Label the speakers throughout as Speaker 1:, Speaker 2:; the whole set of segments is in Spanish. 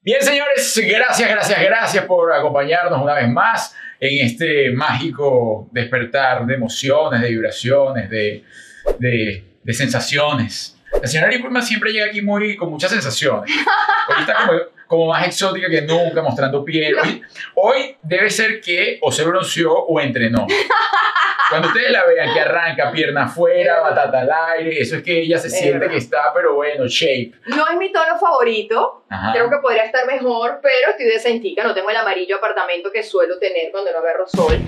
Speaker 1: Bien, señores, gracias, gracias, gracias por acompañarnos una vez más en este mágico despertar de emociones, de vibraciones, de, de, de sensaciones. La señora Lipurma siempre llega aquí muy con muchas sensaciones. Hoy está como, como más exótica que nunca, mostrando piel. Hoy, hoy debe ser que o se bronceó o entrenó. Cuando ustedes la vean que arranca pierna afuera, batata al aire, eso es que ella se
Speaker 2: Es
Speaker 1: siente
Speaker 2: verdad.
Speaker 1: que está, pero bueno, shape.
Speaker 2: No es mi tono favorito,
Speaker 1: Ajá.
Speaker 2: creo que podría estar mejor, pero estoy decentica, no tengo el amarillo apartamento que suelo tener cuando no agarro sol.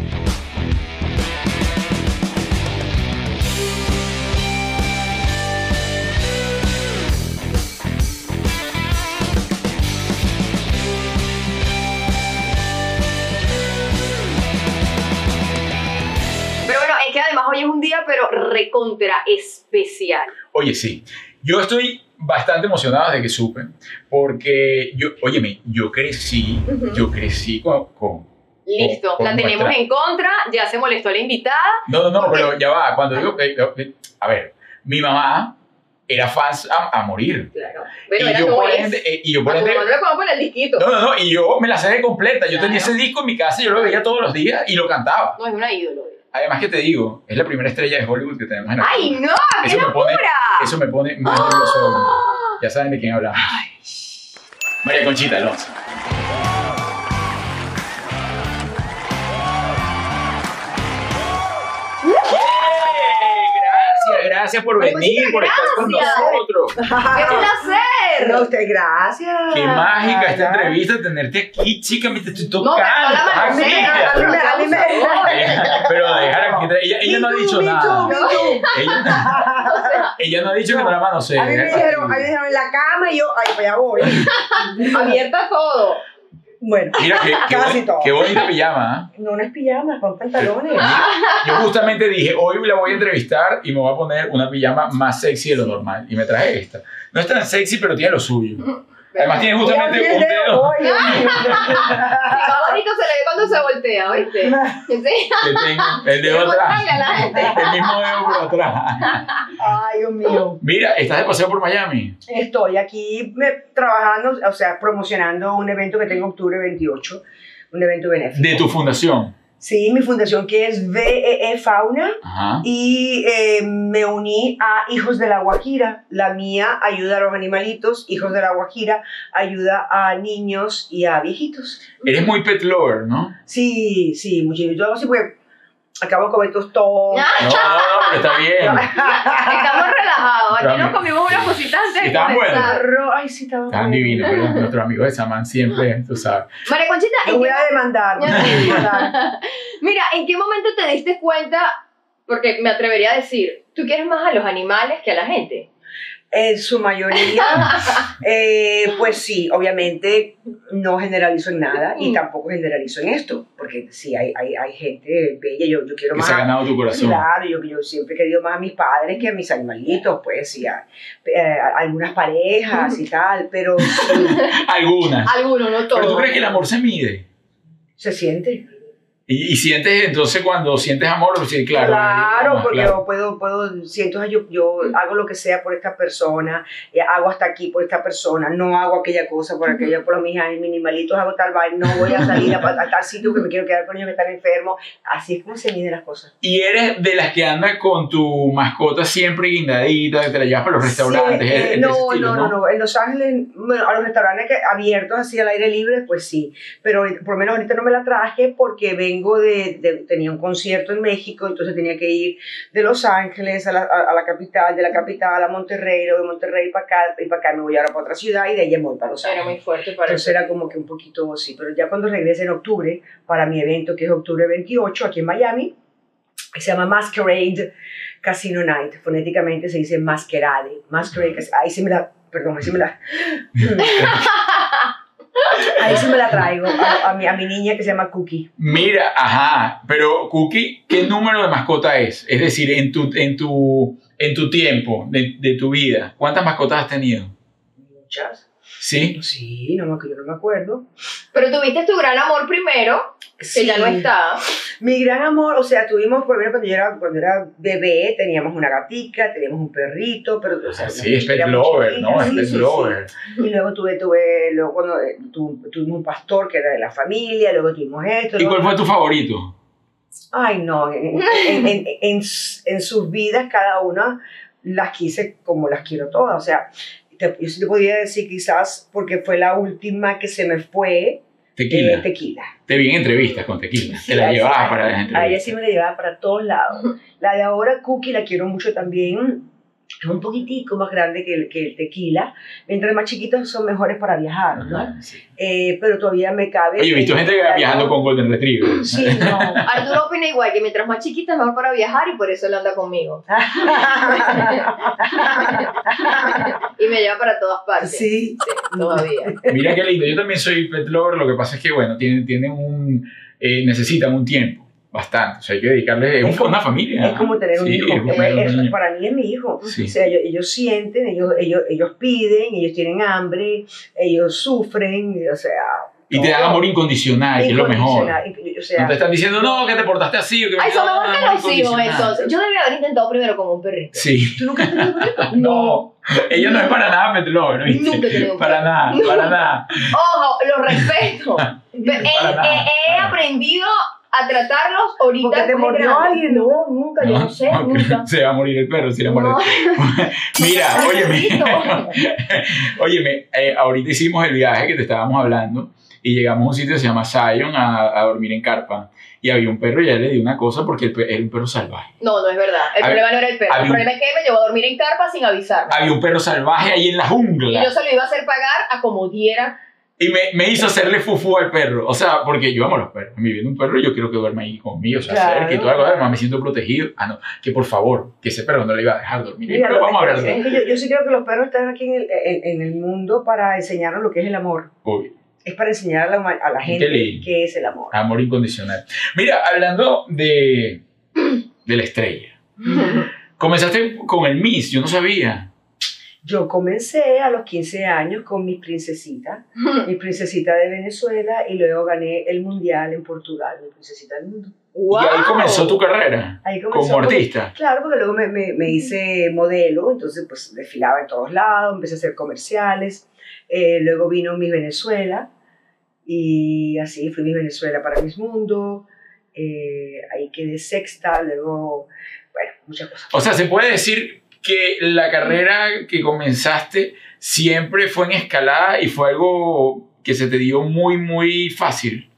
Speaker 2: Pero bueno, es que además hoy es un día, pero recontra especial.
Speaker 1: Oye, sí. Yo estoy bastante emocionado de que supe, porque yo, óyeme, yo crecí,
Speaker 2: Ujú.
Speaker 1: yo crecí con, con-
Speaker 2: Listo,
Speaker 1: Con-
Speaker 2: la
Speaker 1: con
Speaker 2: tenemos
Speaker 1: nuestra-
Speaker 2: en contra, ya se molestó la invitada.
Speaker 1: No, no, no,
Speaker 2: Ok.
Speaker 1: pero ya va, cuando digo... eh, eh, a ver, mi mamá era fan a, a morir.
Speaker 2: Claro. Pero
Speaker 1: y,
Speaker 2: era
Speaker 1: yo
Speaker 2: como
Speaker 1: por
Speaker 2: es.
Speaker 1: ende, eh, y yo
Speaker 2: A
Speaker 1: por
Speaker 2: tu
Speaker 1: ende...
Speaker 2: mamá no le podemos poner el disquito.
Speaker 1: No, no, no, y yo me la sé de completa. Yo tenía
Speaker 2: Claro.
Speaker 1: ese disco en mi casa, yo lo veía todos los días y lo cantaba.
Speaker 2: No, es una ídolo.
Speaker 1: Además que te digo, es la primera estrella de Hollywood que tenemos en la
Speaker 2: ¡Ay,
Speaker 1: casa.
Speaker 2: no! ¡Ah! ¡Qué
Speaker 1: Eso me pone-
Speaker 2: locura!
Speaker 1: Eso me pone más nervioso. Ya saben de quién hablamos. María Conchita Alonso. Gracias, gracias por
Speaker 3: María
Speaker 1: venir,
Speaker 3: Conchita,
Speaker 1: por estar con
Speaker 2: gracias.
Speaker 1: nosotros.
Speaker 2: ¡Ah! ¡Qué placer!
Speaker 3: No,
Speaker 2: No,
Speaker 3: usted, gracias.
Speaker 1: Qué mágica esta
Speaker 3: Ay,
Speaker 1: entrevista, tenerte aquí, chica, me te estoy
Speaker 2: pero no
Speaker 1: tocando.
Speaker 2: la
Speaker 1: Ah,
Speaker 3: sí,
Speaker 2: manosea,
Speaker 1: mira.
Speaker 2: no la
Speaker 3: dale,
Speaker 2: usa,
Speaker 3: dale.
Speaker 2: no.
Speaker 1: Ella- Pero dejar aquí, ella, ella no ha
Speaker 3: Me
Speaker 1: dicho
Speaker 3: too, me too,
Speaker 1: nada.
Speaker 3: me too.
Speaker 1: Ella, ella no ha dicho que no la manosea.
Speaker 3: A mí me
Speaker 1: es
Speaker 3: dijeron, a mí me
Speaker 1: fastidio.
Speaker 3: dijeron en la cama y yo, ay, pues ya voy.
Speaker 2: Abierta todo.
Speaker 3: Bueno,
Speaker 1: Mira, qué, qué,
Speaker 3: Casi
Speaker 1: bon-
Speaker 3: todo.
Speaker 1: qué bonita pijama. ¿ah?
Speaker 3: no, no es pijama, son pantalones.
Speaker 1: Yo justamente dije, hoy la voy a entrevistar y me voy a poner una pijama más sexy de lo normal. Y me traje esta. No es tan sexy, pero tiene lo suyo. Además tiene justamente
Speaker 3: Ya vi
Speaker 1: un
Speaker 3: el dedo,
Speaker 1: dedo.
Speaker 3: oye.
Speaker 2: Mi favorito se le ve cuando se voltea, ¿oíste? Sí.
Speaker 1: que tengo el dedo atrás.
Speaker 2: Mostrarle a la gente.
Speaker 1: El mismo dedo por atrás.
Speaker 3: Ay, Dios mío.
Speaker 1: Mira, estás de paseo por Miami.
Speaker 3: Estoy aquí me, trabajando, o sea, promocionando un evento que tengo octubre 28, un evento benéfico.
Speaker 1: De tu fundación.
Speaker 3: Sí, mi fundación que es VEE Fauna.
Speaker 1: Ajá.
Speaker 3: Y eh, me uní a Hijos de la Guajira. La mía ayuda a los animalitos, Hijos de la Guajira ayuda a niños y a viejitos.
Speaker 1: Eres muy pet lover, ¿no?
Speaker 3: Sí, sí, muchísimo. Yo así pues acabo de comer tostones.
Speaker 2: Ah,
Speaker 1: No, no, no, pero está bien.
Speaker 2: Estamos relajados. Aquí nos
Speaker 1: Claro.
Speaker 2: comimos unas cositas antes de
Speaker 1: Estaban buenas.
Speaker 2: comenzar.
Speaker 3: Arro- Ay, sí, estaba
Speaker 1: Están
Speaker 3: bueno.
Speaker 1: divinos, pero nuestros amigos de Saman siempre, tú sabes.
Speaker 2: María Conchita, ¿en
Speaker 3: Lo voy
Speaker 2: qué-
Speaker 3: a demandar. lo voy a demandar.
Speaker 2: Mira, ¿en qué momento te diste cuenta? Porque me atrevería a decir, tú quieres más a los animales que a la gente.
Speaker 3: En su mayoría, eh, pues sí, obviamente no generalizo en nada y tampoco generalizo en esto, porque sí, hay, hay, hay gente bella, yo, yo quiero
Speaker 1: Que
Speaker 3: más.
Speaker 1: se ha ganado tu corazón.
Speaker 3: Claro, yo, yo siempre he querido más a mis padres que a mis animalitos, pues, y a, eh, a algunas parejas y tal, pero sí,
Speaker 1: Algunas.
Speaker 2: Algunos, no todos.
Speaker 1: Pero tú crees que el amor se mide.
Speaker 3: se siente.
Speaker 1: Y, y sientes, entonces cuando sientes amor, pues, sí, claro.
Speaker 3: Claro,
Speaker 1: claro,
Speaker 3: porque
Speaker 1: claro.
Speaker 3: yo puedo, puedo, sí, entonces yo, yo hago lo que sea por esta persona, eh, hago hasta aquí por esta persona, no hago aquella cosa por aquella, por mis minimalitos, hago tal vaina, no voy a salir a, a tal sitio que me quiero quedar con ellos que están enfermos. Así es como se miden las cosas.
Speaker 1: Y eres de las que anda con tu mascota siempre guindadita, que te la llevas para los restaurantes.
Speaker 3: Sí, eh,
Speaker 1: es- es de
Speaker 3: no,
Speaker 1: ese estilo,
Speaker 3: no, no, no. En Los Ángeles, bueno, a los restaurantes que, abiertos así al aire libre, pues sí. Pero ahorita- por lo menos ahorita no me la traje porque vengo de, de- tenía un concierto en México, entonces tenía que ir de Los Ángeles a la, a- a la capital, de la capital a Monterrey, luego de Monterrey para acá, y para acá me voy ahora para otra ciudad y de ahí me voy para Los
Speaker 2: Era muy
Speaker 3: Ángeles.
Speaker 2: fuerte para
Speaker 3: Entonces era como que un poquito sí, pero ya cuando regrese en octubre para mi evento que es octubre 28 aquí en Miami, que se llama Masquerade Casino Night. Fonéticamente se dice masquerade. Masquerade, cas- ahí sí me la, perdón, ahí sí me la, ahí sí me la traigo a, a mi, a mi niña que se llama Cookie.
Speaker 1: Mira, ajá, pero Cookie, ¿qué número de mascota es? Es decir, en tu, en tu, en tu tiempo, de, de tu vida, ¿cuántas mascotas has tenido?
Speaker 3: Muchas.
Speaker 1: ¿Sí?
Speaker 3: Sí, no, me- que yo no me acuerdo.
Speaker 2: Pero tuviste tu gran amor primero, que
Speaker 3: Sí.
Speaker 2: ya no está.
Speaker 3: Mi gran amor, o sea, tuvimos, por ejemplo, cuando yo era, cuando era bebé, teníamos una gatica, teníamos un perrito, pero... o sea,
Speaker 1: Sí, este es pet
Speaker 3: éramos
Speaker 1: lover, ¿no? Este
Speaker 3: chiquitas,
Speaker 1: Es
Speaker 3: sí,
Speaker 1: pet
Speaker 3: sí, sí.
Speaker 1: lover.
Speaker 3: Y luego tuve, tuve, luego cuando eh, tu- tuvimos un pastor que era de la familia, luego tuvimos esto.
Speaker 1: ¿Y
Speaker 3: luego-
Speaker 1: cuál fue tu favorito?
Speaker 3: Ay, no, en, en- en- en- en sus vidas cada una las quise como las quiero todas. O sea, te- yo sí te podía decir quizás porque fue la última que se me fue, eh,
Speaker 1: Tequila.
Speaker 3: tequila.
Speaker 1: Te vi en entrevistas con Tequila.
Speaker 3: Sí,
Speaker 1: Te la
Speaker 3: ahí sí,
Speaker 1: llevabas
Speaker 3: ahí-
Speaker 1: para las
Speaker 3: A ella sí
Speaker 1: entrevistas.
Speaker 3: me la llevaba para todos lados. La de ahora, Cookie, la quiero mucho también. Es un poquitico más grande que el, que el tequila. Mientras más chiquitos son mejores para viajar, ¿no?
Speaker 1: Ajá, sí.
Speaker 3: Eh, pero todavía me cabe.
Speaker 1: Oye, he visto gente viajando con Golden Retriever.
Speaker 3: Sí, no.
Speaker 2: Arturo opina igual, que mientras más chiquita es mejor para viajar y por eso él anda conmigo. Y me lleva para todas partes.
Speaker 3: sí.
Speaker 2: Todavía.
Speaker 1: Mira qué lindo. Yo también soy pet lover. Lo que pasa es que, bueno, tienen, tienen un, eh, necesitan un tiempo. Bastante. O sea, hay que dedicarles. Es,
Speaker 3: Es
Speaker 1: un-
Speaker 3: como-
Speaker 1: una familia.
Speaker 3: Es como tener un
Speaker 1: Sí,
Speaker 3: hijo. eh,
Speaker 1: es como tener un
Speaker 3: Es-
Speaker 1: niño.
Speaker 3: para mí es mi hijo.
Speaker 1: Sí.
Speaker 3: O sea, ellos, ellos sienten, ellos, ellos, ellos piden, ellos tienen hambre, ellos sufren, o sea.
Speaker 1: Y te dan
Speaker 3: todo.
Speaker 1: amor incondicional, que es lo mejor.
Speaker 3: Incondicional, inc- O
Speaker 1: No
Speaker 3: sea,
Speaker 1: te están diciendo, no, que te portaste así. o Que
Speaker 2: Ay, son
Speaker 1: no,
Speaker 2: mejor
Speaker 1: no,
Speaker 2: que los hijos,
Speaker 1: incondicional".
Speaker 2: entonces. Yo debía haber intentado primero con un perrito.
Speaker 1: Sí.
Speaker 3: ¿tú nunca has tenido un hijo?
Speaker 1: No, ella no es para nada pet lover, ¿viste?
Speaker 2: Nunca te digo.
Speaker 1: Para nada, para nada.
Speaker 2: Ojo, los respeto. He,
Speaker 1: Para nada,
Speaker 2: he- he
Speaker 1: para nada.
Speaker 2: aprendido a tratarlos ahorita.
Speaker 3: Porque te
Speaker 2: muy
Speaker 3: mordió
Speaker 2: grande.
Speaker 3: alguien, no, nunca, yo no sé,
Speaker 1: ok.
Speaker 3: nunca.
Speaker 1: Se va a morir el perro si le muerde.
Speaker 2: No.
Speaker 1: Mira, óyeme,
Speaker 2: Perrito.
Speaker 1: óyeme eh, ahorita hicimos el viaje que te estábamos hablando y llegamos a un sitio que se llama Zion a, a dormir en carpa y había un perro y ya le di una cosa porque el pe- era un perro salvaje.
Speaker 2: No, no es verdad. El
Speaker 1: Hab-
Speaker 2: problema no era el perro. El
Speaker 1: había un- Ah,
Speaker 2: problema es que él me llevó a dormir en carpa sin avisarme.
Speaker 1: Había un perro salvaje ahí en la
Speaker 2: Y
Speaker 1: jungla
Speaker 2: yo se lo iba a hacer pagar a como diera.
Speaker 1: y me, me hizo hacerle fufu al perro. O sea, porque yo amo los perros. A mí viene un perro y yo quiero que duerma ahí conmigo, se
Speaker 3: Claro.
Speaker 1: acerque y toda la cosa. Además, me siento protegido. Ah, no, que por favor, que ese perro no le iba a dejar dormir.
Speaker 3: Mira,
Speaker 1: Pero
Speaker 3: lo-
Speaker 1: vamos a hablar de
Speaker 3: es que yo, yo sí creo que los perros están aquí en el, en- en el mundo para enseñarnos lo que es el amor.
Speaker 1: Uy,
Speaker 3: Es para enseñar a la, huma- a la gente
Speaker 1: lindo.
Speaker 3: qué es el amor.
Speaker 1: amor incondicional. Mira, hablando de, de la estrella. Comenzaste con el Miss, yo no sabía.
Speaker 3: Yo comencé a los 15 años con mis princesitas, mi princesita de Venezuela, y luego gané el mundial en Portugal, mi princesita del mundo.
Speaker 2: wow.
Speaker 1: Y ahí comenzó tu carrera
Speaker 3: Ahí comenzó
Speaker 1: como
Speaker 3: todo.
Speaker 1: artista.
Speaker 3: Claro, porque luego me, me- me hice modelo, entonces pues desfilaba en todos lados, empecé a hacer comerciales, eh, luego vino mi Venezuela y así fui mi Venezuela para mis mundos, eh, ahí quedé sexta, luego, bueno, muchas cosas.
Speaker 1: O sea, se puede decir que la carrera que comenzaste siempre fue en escalada y fue algo que se te dio muy, muy fácil.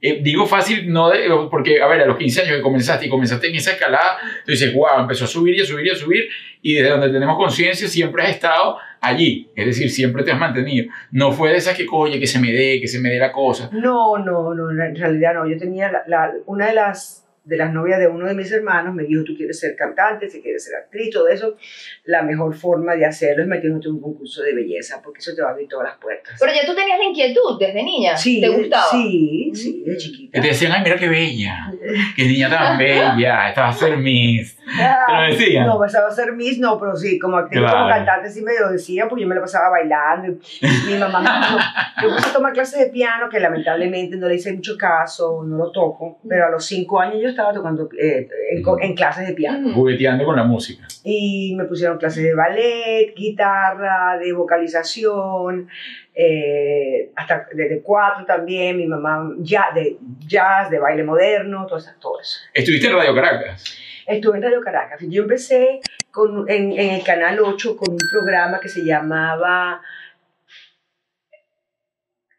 Speaker 1: Eh, digo fácil, no de- porque, a ver, a los 15 años que comenzaste y comenzaste en esa escalada, tú dices, wow, empezó a subir y a subir y a subir, y desde donde tenemos conciencia siempre has estado allí, es decir, siempre te has mantenido. No fue de esas que, oye, que se me dé, que se me dé la cosa.
Speaker 3: No, no, no, en realidad no, yo tenía la- la- una de las de las novias de uno de mis hermanos me dijo, tú quieres ser cantante, si quieres ser actriz, todo eso, la mejor forma de hacerlo es metiéndote en un concurso de belleza, porque eso te va a abrir todas las puertas.
Speaker 2: Pero ya tú tenías la inquietud desde niña.
Speaker 3: Sí,
Speaker 2: ¿Te gustaba?
Speaker 3: Sí, sí, de chiquita.
Speaker 1: Y te decían, ay, mira qué bella, qué niña tan bella, esta va a ser Miss. Te lo decían.
Speaker 3: No, pasaba a ser Miss, no, pero sí, como actriz,
Speaker 1: Claro.
Speaker 3: como cantante sí me lo decía, porque yo me la pasaba bailando. y- y mi mamá me dijo, yo puse a tomar clases de piano, que lamentablemente no le hice mucho caso, no lo toco, pero a los cinco años yo estaba tocando eh, en, co- en clases de piano.
Speaker 2: Mm.
Speaker 1: Jugueteando con la música.
Speaker 3: Y me pusieron clases de ballet, guitarra, de vocalización, eh, hasta desde cuatro también, mi mamá ya, de jazz, de baile moderno, todo eso. Todo eso.
Speaker 1: Estuviste en Radio Caracas.
Speaker 3: Estuve en Radio Caracas. Yo empecé con, en, en el Canal 8 con un programa que se llamaba...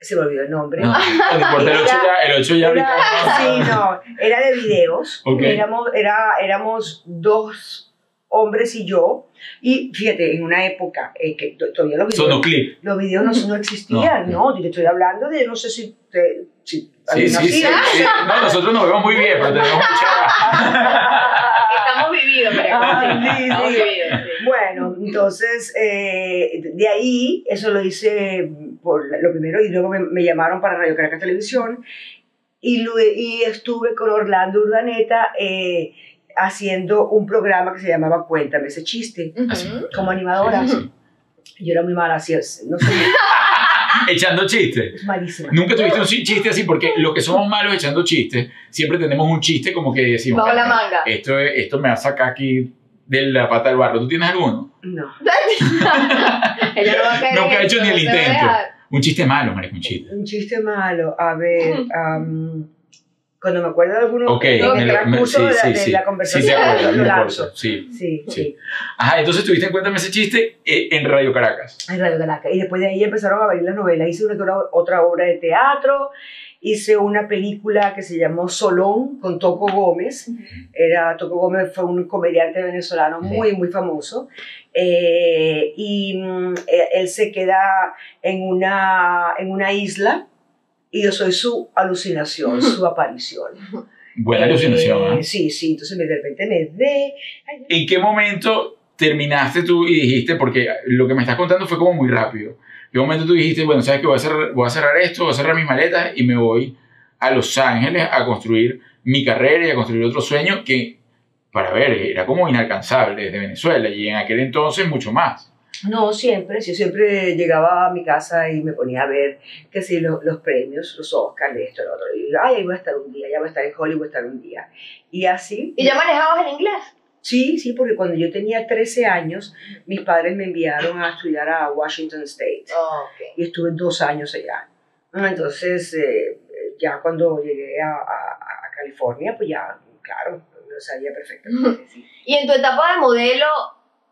Speaker 3: Se me olvidó el nombre.
Speaker 1: No, porque el 8 ya, el 8 ya
Speaker 3: Era,
Speaker 1: ahorita.
Speaker 3: sí, no, era de videos.
Speaker 1: Ok.
Speaker 3: Éramos, era, éramos dos hombres y yo. Y fíjate, en una época eh, que to- todavía los videos,
Speaker 1: Sonoclip.
Speaker 3: los videos no, no existían,
Speaker 1: No.
Speaker 3: ¿no? Yo te estoy hablando de, no sé si... te- si
Speaker 1: Sí,
Speaker 3: alguien
Speaker 1: sí, sí,
Speaker 3: nacía.
Speaker 1: sí. No, nosotros nos vemos muy bien, pero tenemos mucha.
Speaker 2: Estamos vividos, María
Speaker 3: Ah,
Speaker 2: Cristina.
Speaker 3: sí,
Speaker 2: Estamos
Speaker 3: sí.
Speaker 2: vividos. sí.
Speaker 3: Bueno, entonces eh, de ahí eso lo hice por la- lo primero y luego me, me llamaron para Radio Caracas Televisión y, lu- y estuve con Orlando Urdaneta eh, haciendo un programa que se llamaba Cuéntame ese chiste
Speaker 2: Ujú.
Speaker 1: Así.
Speaker 3: como animadora.
Speaker 1: Sí, sí.
Speaker 3: Yo era muy mala, así es, no sé.
Speaker 4: echando chistes.
Speaker 3: Es malísima.
Speaker 4: Nunca tuviste un chi- chiste así, porque los que somos malos echando chistes, siempre tenemos un chiste como que decimos.
Speaker 2: Bajo la
Speaker 4: "Caramba,
Speaker 2: manga".
Speaker 4: Esto, es- esto me va a sacar aquí de la pata del barro. ¿Tú tienes alguno?
Speaker 3: No.
Speaker 2: Ella no va a caer
Speaker 4: Nunca
Speaker 2: en
Speaker 4: ha hecho
Speaker 2: eso,
Speaker 4: ni el
Speaker 2: no se va a
Speaker 4: intento.
Speaker 2: dejar.
Speaker 4: Un chiste malo, marico, un chiste.
Speaker 3: Un chiste malo. A ver, am, cuando me acuerdo de alguno
Speaker 4: Ok,
Speaker 3: en
Speaker 4: me
Speaker 3: el
Speaker 4: lo- me-
Speaker 3: transcurso
Speaker 4: sí,
Speaker 3: de, la-
Speaker 4: sí,
Speaker 3: de
Speaker 4: sí.
Speaker 3: la
Speaker 4: Sí,
Speaker 3: conversación.
Speaker 4: te acuerdas,
Speaker 3: lo
Speaker 4: no
Speaker 3: lanzo.
Speaker 4: importa, sí.
Speaker 3: Sí,
Speaker 4: Sí.
Speaker 3: sí.
Speaker 4: Ajá, entonces tuviste en cuenta ese chiste eh, en Radio Caracas.
Speaker 3: En Radio Caracas. Y después de ahí empezaron a venir las novelas. Hice una, otra- otra obra de teatro, hice una película que se llamó Solón con Toco Gómez. Era, Toco Gómez fue un comediante venezolano muy, muy famoso. Eh, y mm, eh, él se queda en una, en una isla y yo soy su alucinación, su aparición.
Speaker 4: Buena
Speaker 3: Eh,
Speaker 4: alucinación, ¿eh?
Speaker 3: Sí, sí. Entonces de repente me ve. ay,
Speaker 4: ¿En qué momento terminaste tú y dijiste, porque lo que me estás contando fue como muy rápido, ¿en qué momento tú dijiste, bueno, sabes que voy a cerrar, voy a cerrar esto, voy a cerrar mis maletas y me voy a Los Ángeles a construir mi carrera y a construir otro sueño que, para ver, era como inalcanzable desde Venezuela y en aquel entonces mucho más.
Speaker 3: No, siempre. Yo siempre llegaba a mi casa y me ponía a ver que si lo- los premios, los Oscars, esto, lo otro. Y yo, ay, ahí voy a estar un día, ya voy a estar en Hollywood, voy a estar un día. Y así.
Speaker 2: ¿Y ya manejabas en inglés?
Speaker 3: Sí, sí, porque cuando yo tenía 13 años, mis padres me enviaron a estudiar a Washington State.
Speaker 2: Ok.
Speaker 3: Y estuve dos años allá. Ah, Entonces, eh, ya cuando llegué a, a- a California, pues ya, claro, lo sabía perfectamente. sí.
Speaker 2: Y en tu etapa de modelo,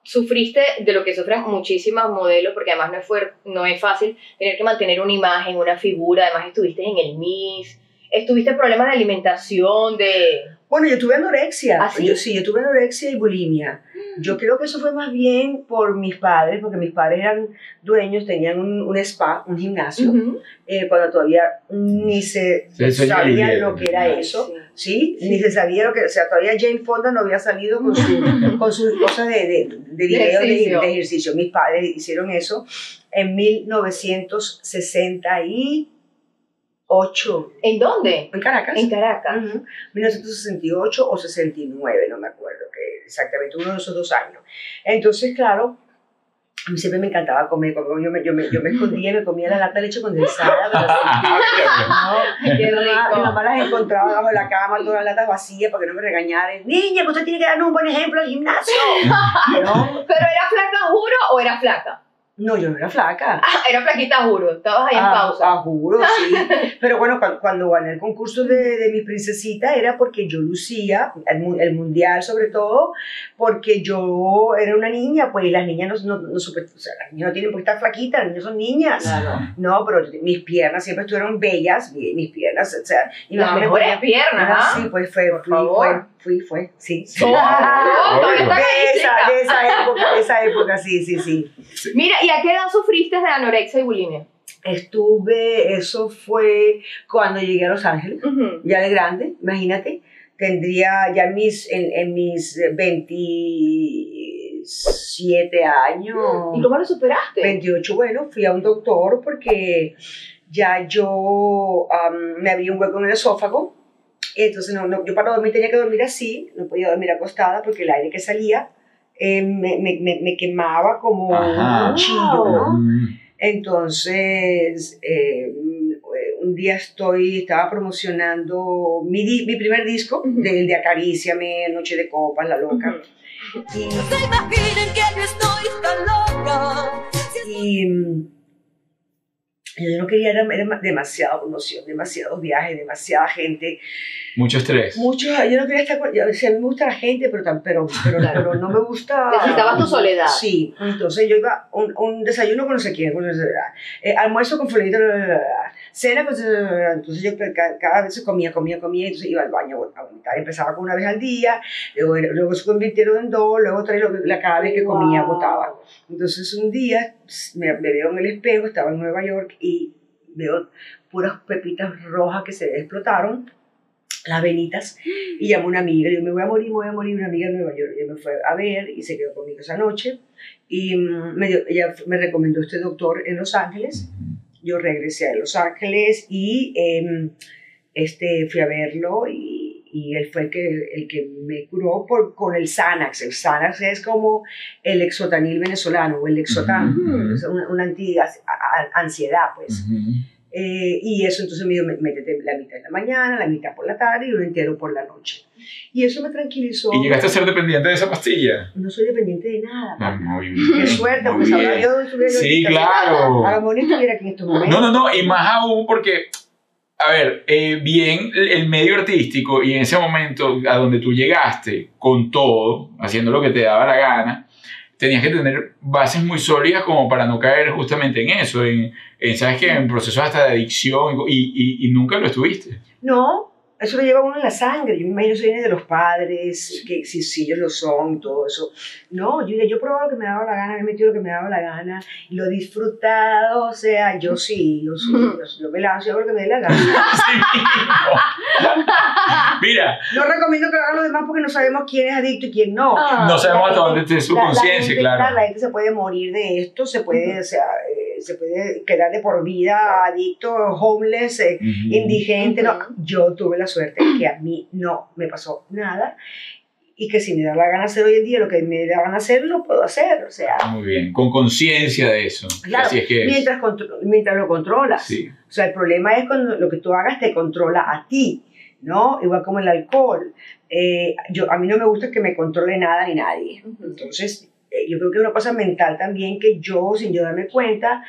Speaker 2: sufriste de lo que sufren muchísimas modelos, porque además no es, fuer- no es fácil tener que mantener una imagen, una figura, además estuviste en el Miss, estuviste problemas de alimentación, de...
Speaker 3: Bueno, yo tuve anorexia.
Speaker 2: ¿Ah, sí? Mm.
Speaker 3: Yo, sí, yo tuve anorexia y bulimia. Yo creo que eso fue más bien por mis padres, porque mis padres eran dueños, tenían un, un spa, un gimnasio,
Speaker 2: Ujú.
Speaker 3: eh, cuando todavía ni se
Speaker 4: Sí, eso ya
Speaker 3: sabía
Speaker 4: vivieron.
Speaker 3: lo que era
Speaker 2: Ay,
Speaker 3: eso.
Speaker 2: sí.
Speaker 3: Sí, ni se sabía lo que, o sea, todavía Jane Fonda no había salido con, su- con sus cosas de, de, de videos de-
Speaker 2: ejercicio.
Speaker 3: de ejercicio. Mis padres hicieron eso en 1968
Speaker 2: ¿En dónde?
Speaker 3: en Caracas.
Speaker 2: En Caracas.
Speaker 3: Ujú. 1968 o 69, no me acuerdo que exactamente, uno de esos dos años. Entonces, claro, a mí siempre me encantaba comer, como yo me, yo me, yo me escondía y me comía la lata de leche condensada. pero así,
Speaker 4: Ajá, mira,
Speaker 3: ¿no?
Speaker 2: Qué
Speaker 3: Mi mamá, mi
Speaker 2: rico.
Speaker 3: mamá las encontraba bajo la cama, todas las latas vacías para que no me regañaran. Niña, que usted tiene que darnos un buen ejemplo al gimnasio. No,
Speaker 2: ¿Pero era flaca, juro, o era flaca?
Speaker 3: no, yo no era flaca.
Speaker 2: Ah, era flaquita, juro. Estabas ahí en
Speaker 3: Ah,
Speaker 2: pausa.
Speaker 3: ah, juro, sí. Pero bueno, cuando, cuando gané el concurso de, de mi princesita era porque yo lucía, el, mu- el mundial sobre todo, porque yo era una niña, pues y las niñas no, no, no super- o sea, las niñas no tienen por qué estar flaquitas, las niñas son niñas.
Speaker 2: Claro.
Speaker 3: No, pero mis piernas siempre estuvieron bellas, mi- mis piernas, o sea, y
Speaker 2: Las mejores piernas, ¿ah?
Speaker 3: Sí, pues fue, fui,
Speaker 2: favor.
Speaker 3: fue, fui, fue, sí.
Speaker 4: Sí.
Speaker 2: Ah,
Speaker 4: Obvio.
Speaker 2: está bien,
Speaker 3: De
Speaker 2: chica.
Speaker 3: esa, de esa época, de esa época, sí, sí, sí.
Speaker 2: Mira, ¿y a qué edad sufriste de anorexia y bulimia?
Speaker 3: Estuve, eso fue cuando llegué a Los Ángeles,
Speaker 2: Ujú.
Speaker 3: ya de grande, imagínate, tendría ya mis, en, en mis 27 años,
Speaker 2: Mm, ¿Y cómo lo superaste?
Speaker 3: 28, bueno, fui a un doctor porque ya yo am, me abrí un hueco en el esófago, entonces no, no, yo para dormir tenía que dormir así, no podía dormir acostada porque el aire que salía eh, me, me- me- me quemaba como
Speaker 4: Ajá.
Speaker 3: un cuchillo, ¿no?
Speaker 4: Mm.
Speaker 3: Entonces, eh, un día estoy, estaba promocionando mi, di- mi primer disco,
Speaker 2: Ujú.
Speaker 3: del de Acaríciame, Noche de Copas, La Loca.
Speaker 5: se imaginen que yo estoy tan loca.
Speaker 3: Y, y, mm, yo no quería, era, era ma- demasiada promoción, demasiados viajes, demasiada gente.
Speaker 4: Mucho estrés.
Speaker 3: Muchos, yo no quería estar con, yo, o sea, a mí me gusta la gente, pero, tan- pero, pero,
Speaker 2: Claro.
Speaker 3: pero no me gusta...
Speaker 2: Necesitabas tu soledad.
Speaker 3: Sí, entonces yo iba a un, un desayuno con no sé quién, con no sé- eh, almuerzo con fulanito, bla, bla, bla, bla, cena con... Entonces yo ca- cada, vez comía, comía, comía, entonces iba al baño a vomitar. Empezaba con una vez al día, luego, era- luego se convirtieron en dos, luego tres, luego- la, cada vez que comía
Speaker 2: Wow.
Speaker 3: botaba. Entonces un día pss, me, me veo en el espejo, estaba en Nueva York y veo puras pepitas rojas que se explotaron, las venitas, y llamo a una amiga, y yo me voy a morir, me voy a morir, una amiga de Nueva York, ella me fue a ver y se quedó conmigo esa noche, y mm, me, dio- ella f- me recomendó este doctor en Los Ángeles, yo regresé a Los Ángeles y em, este, fui a verlo y, y él fue el que, el que me curó por, con el Xanax. El Xanax es como el exotanil venezolano o el exotan,
Speaker 1: Ujú.
Speaker 3: es una, una anti- a- a- ansiedad, pues.
Speaker 1: Ujú.
Speaker 3: Eh, y eso entonces me dijo, "Mé- métete la mitad en la mañana, la mitad por la tarde y lo entero por la noche. Y eso me tranquilizó.
Speaker 1: ¿Y llegaste a ser dependiente de esa pastilla?
Speaker 3: No soy dependiente de nada.
Speaker 1: Ah,
Speaker 3: papá.
Speaker 1: muy bien.
Speaker 3: Qué suerte, pues,
Speaker 1: muy
Speaker 3: porque sabrá
Speaker 1: bien.
Speaker 3: yo dónde estuviera yo
Speaker 1: Sí,
Speaker 3: ahorita.
Speaker 1: claro.
Speaker 3: A lo mejor ni estuviera aquí en estos momentos.
Speaker 1: No, no, no, y más aún porque, a ver, eh, bien el el medio artístico y en ese momento a donde tú llegaste con todo, haciendo lo que te daba la gana, tenías que tener bases muy sólidas como para no caer justamente en eso, en, en, ¿sabes qué? En procesos hasta de adicción y, y- y nunca lo estuviste.
Speaker 3: No, eso lo lleva uno en la sangre. Yo me imagino eso viene de los padres, que si, si ellos lo son, todo eso. No, yo, yo probaba lo que me daba la gana, me he metido lo que me daba la gana, lo he disfrutado, o sea, yo sí, yo sí, yo, sí, yo me lanzo, yo hago lo que me dé la gana.
Speaker 1: Sí mismo. Mira,
Speaker 3: No recomiendo que lo hagan los demás porque no sabemos quién es adicto y quién
Speaker 2: Ah.
Speaker 3: no.
Speaker 1: no sabemos hasta dónde esté su
Speaker 3: La- la
Speaker 1: conciencia,
Speaker 3: gente,
Speaker 1: claro.
Speaker 3: La gente se puede morir de esto, se puede, o sea, eh, se puede quedar de por vida adicto, homeless, eh, indigente. no.
Speaker 2: Ujú.
Speaker 3: Yo tuve la suerte que a mí no me pasó nada y que si me da la gana hacer hoy en día lo que me da la gana hacer, lo puedo hacer. O sea,
Speaker 1: Muy bien, con conciencia de eso.
Speaker 3: Claro,
Speaker 1: Así es que es.
Speaker 3: mientras, contro- mientras lo controlas.
Speaker 1: Sí.
Speaker 3: O sea, el problema es cuando lo que tú hagas te controla a ti, ¿no? Igual como el alcohol. Eh, yo, a mí no me gusta que me controle nada ni nadie. Entonces, eh, yo creo que es una cosa mental también que yo, sin yo darme cuenta,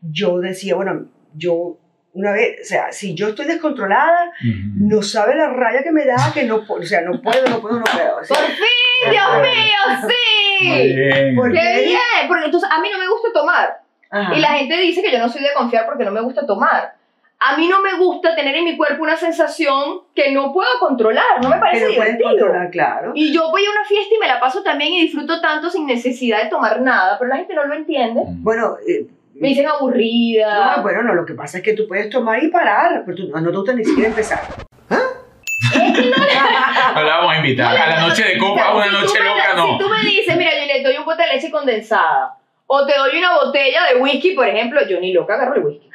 Speaker 3: yo decía, bueno, yo una vez, o sea, si yo estoy descontrolada,
Speaker 1: Ujú.
Speaker 3: no sabe la raya que me da que no, po- o sea, no puedo, no puedo, no puedo. O
Speaker 2: ¡Por
Speaker 3: sea,
Speaker 2: fin, Dios mío,
Speaker 1: Muy
Speaker 2: sí!
Speaker 1: bien.
Speaker 3: Por-
Speaker 2: ¡Qué bien! Porque entonces a mí no me gusta tomar.
Speaker 3: ajá.
Speaker 2: Y la gente dice que yo no soy de confiar porque no me gusta tomar. A mí no me gusta tener en mi cuerpo una sensación que no puedo controlar, no me
Speaker 3: que
Speaker 2: parece
Speaker 3: no pueden
Speaker 2: divertido.
Speaker 3: controlar, claro.
Speaker 2: Y yo voy a una fiesta y me la paso también y disfruto tanto sin necesidad de tomar nada, pero la gente no lo entiende.
Speaker 3: Bueno, eh,
Speaker 2: Me dicen aburrida.
Speaker 3: no, bueno, no, lo que pasa es que tú puedes tomar y parar, pero tú, no te gusta ni siquiera empezar. ¿Ah?
Speaker 1: No la vamos a invitar. A la noche de copa, a una
Speaker 2: Si tú
Speaker 1: noche
Speaker 2: me-
Speaker 1: loca, no.
Speaker 2: Si tú me dices, mira, yo le doy un bote de leche condensada o te doy una botella de whisky, por ejemplo, yo ni loca agarro el whisky.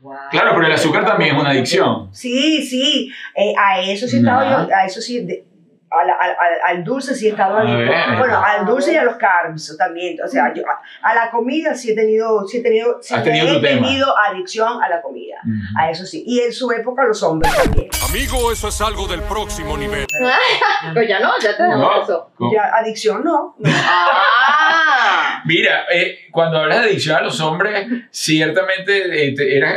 Speaker 3: Wow.
Speaker 1: Claro, pero el azúcar también es una adicción.
Speaker 3: Sí, sí, eh, a eso sí he
Speaker 1: Ajá.
Speaker 3: estado yo, a eso sí, de- a la- al- al- al dulce sí he estado
Speaker 1: A
Speaker 3: adicta.
Speaker 1: ver.
Speaker 3: Bueno, al dulce y a los carbs también, o sea, yo, a, a la comida sí he tenido, sí he tenido, sí
Speaker 1: Has tenido
Speaker 3: he
Speaker 1: tu tema.
Speaker 3: tenido adicción a la comida. A eso sí. Y en su época los hombres también.
Speaker 6: Amigo, eso es algo del próximo nivel.
Speaker 2: Pero ya no, ya te dejamos eso.
Speaker 1: No, co-
Speaker 3: Ya, adicción no.
Speaker 2: Ah,
Speaker 1: Mira, eh, cuando hablas de adicción a los hombres, ciertamente eh, te- era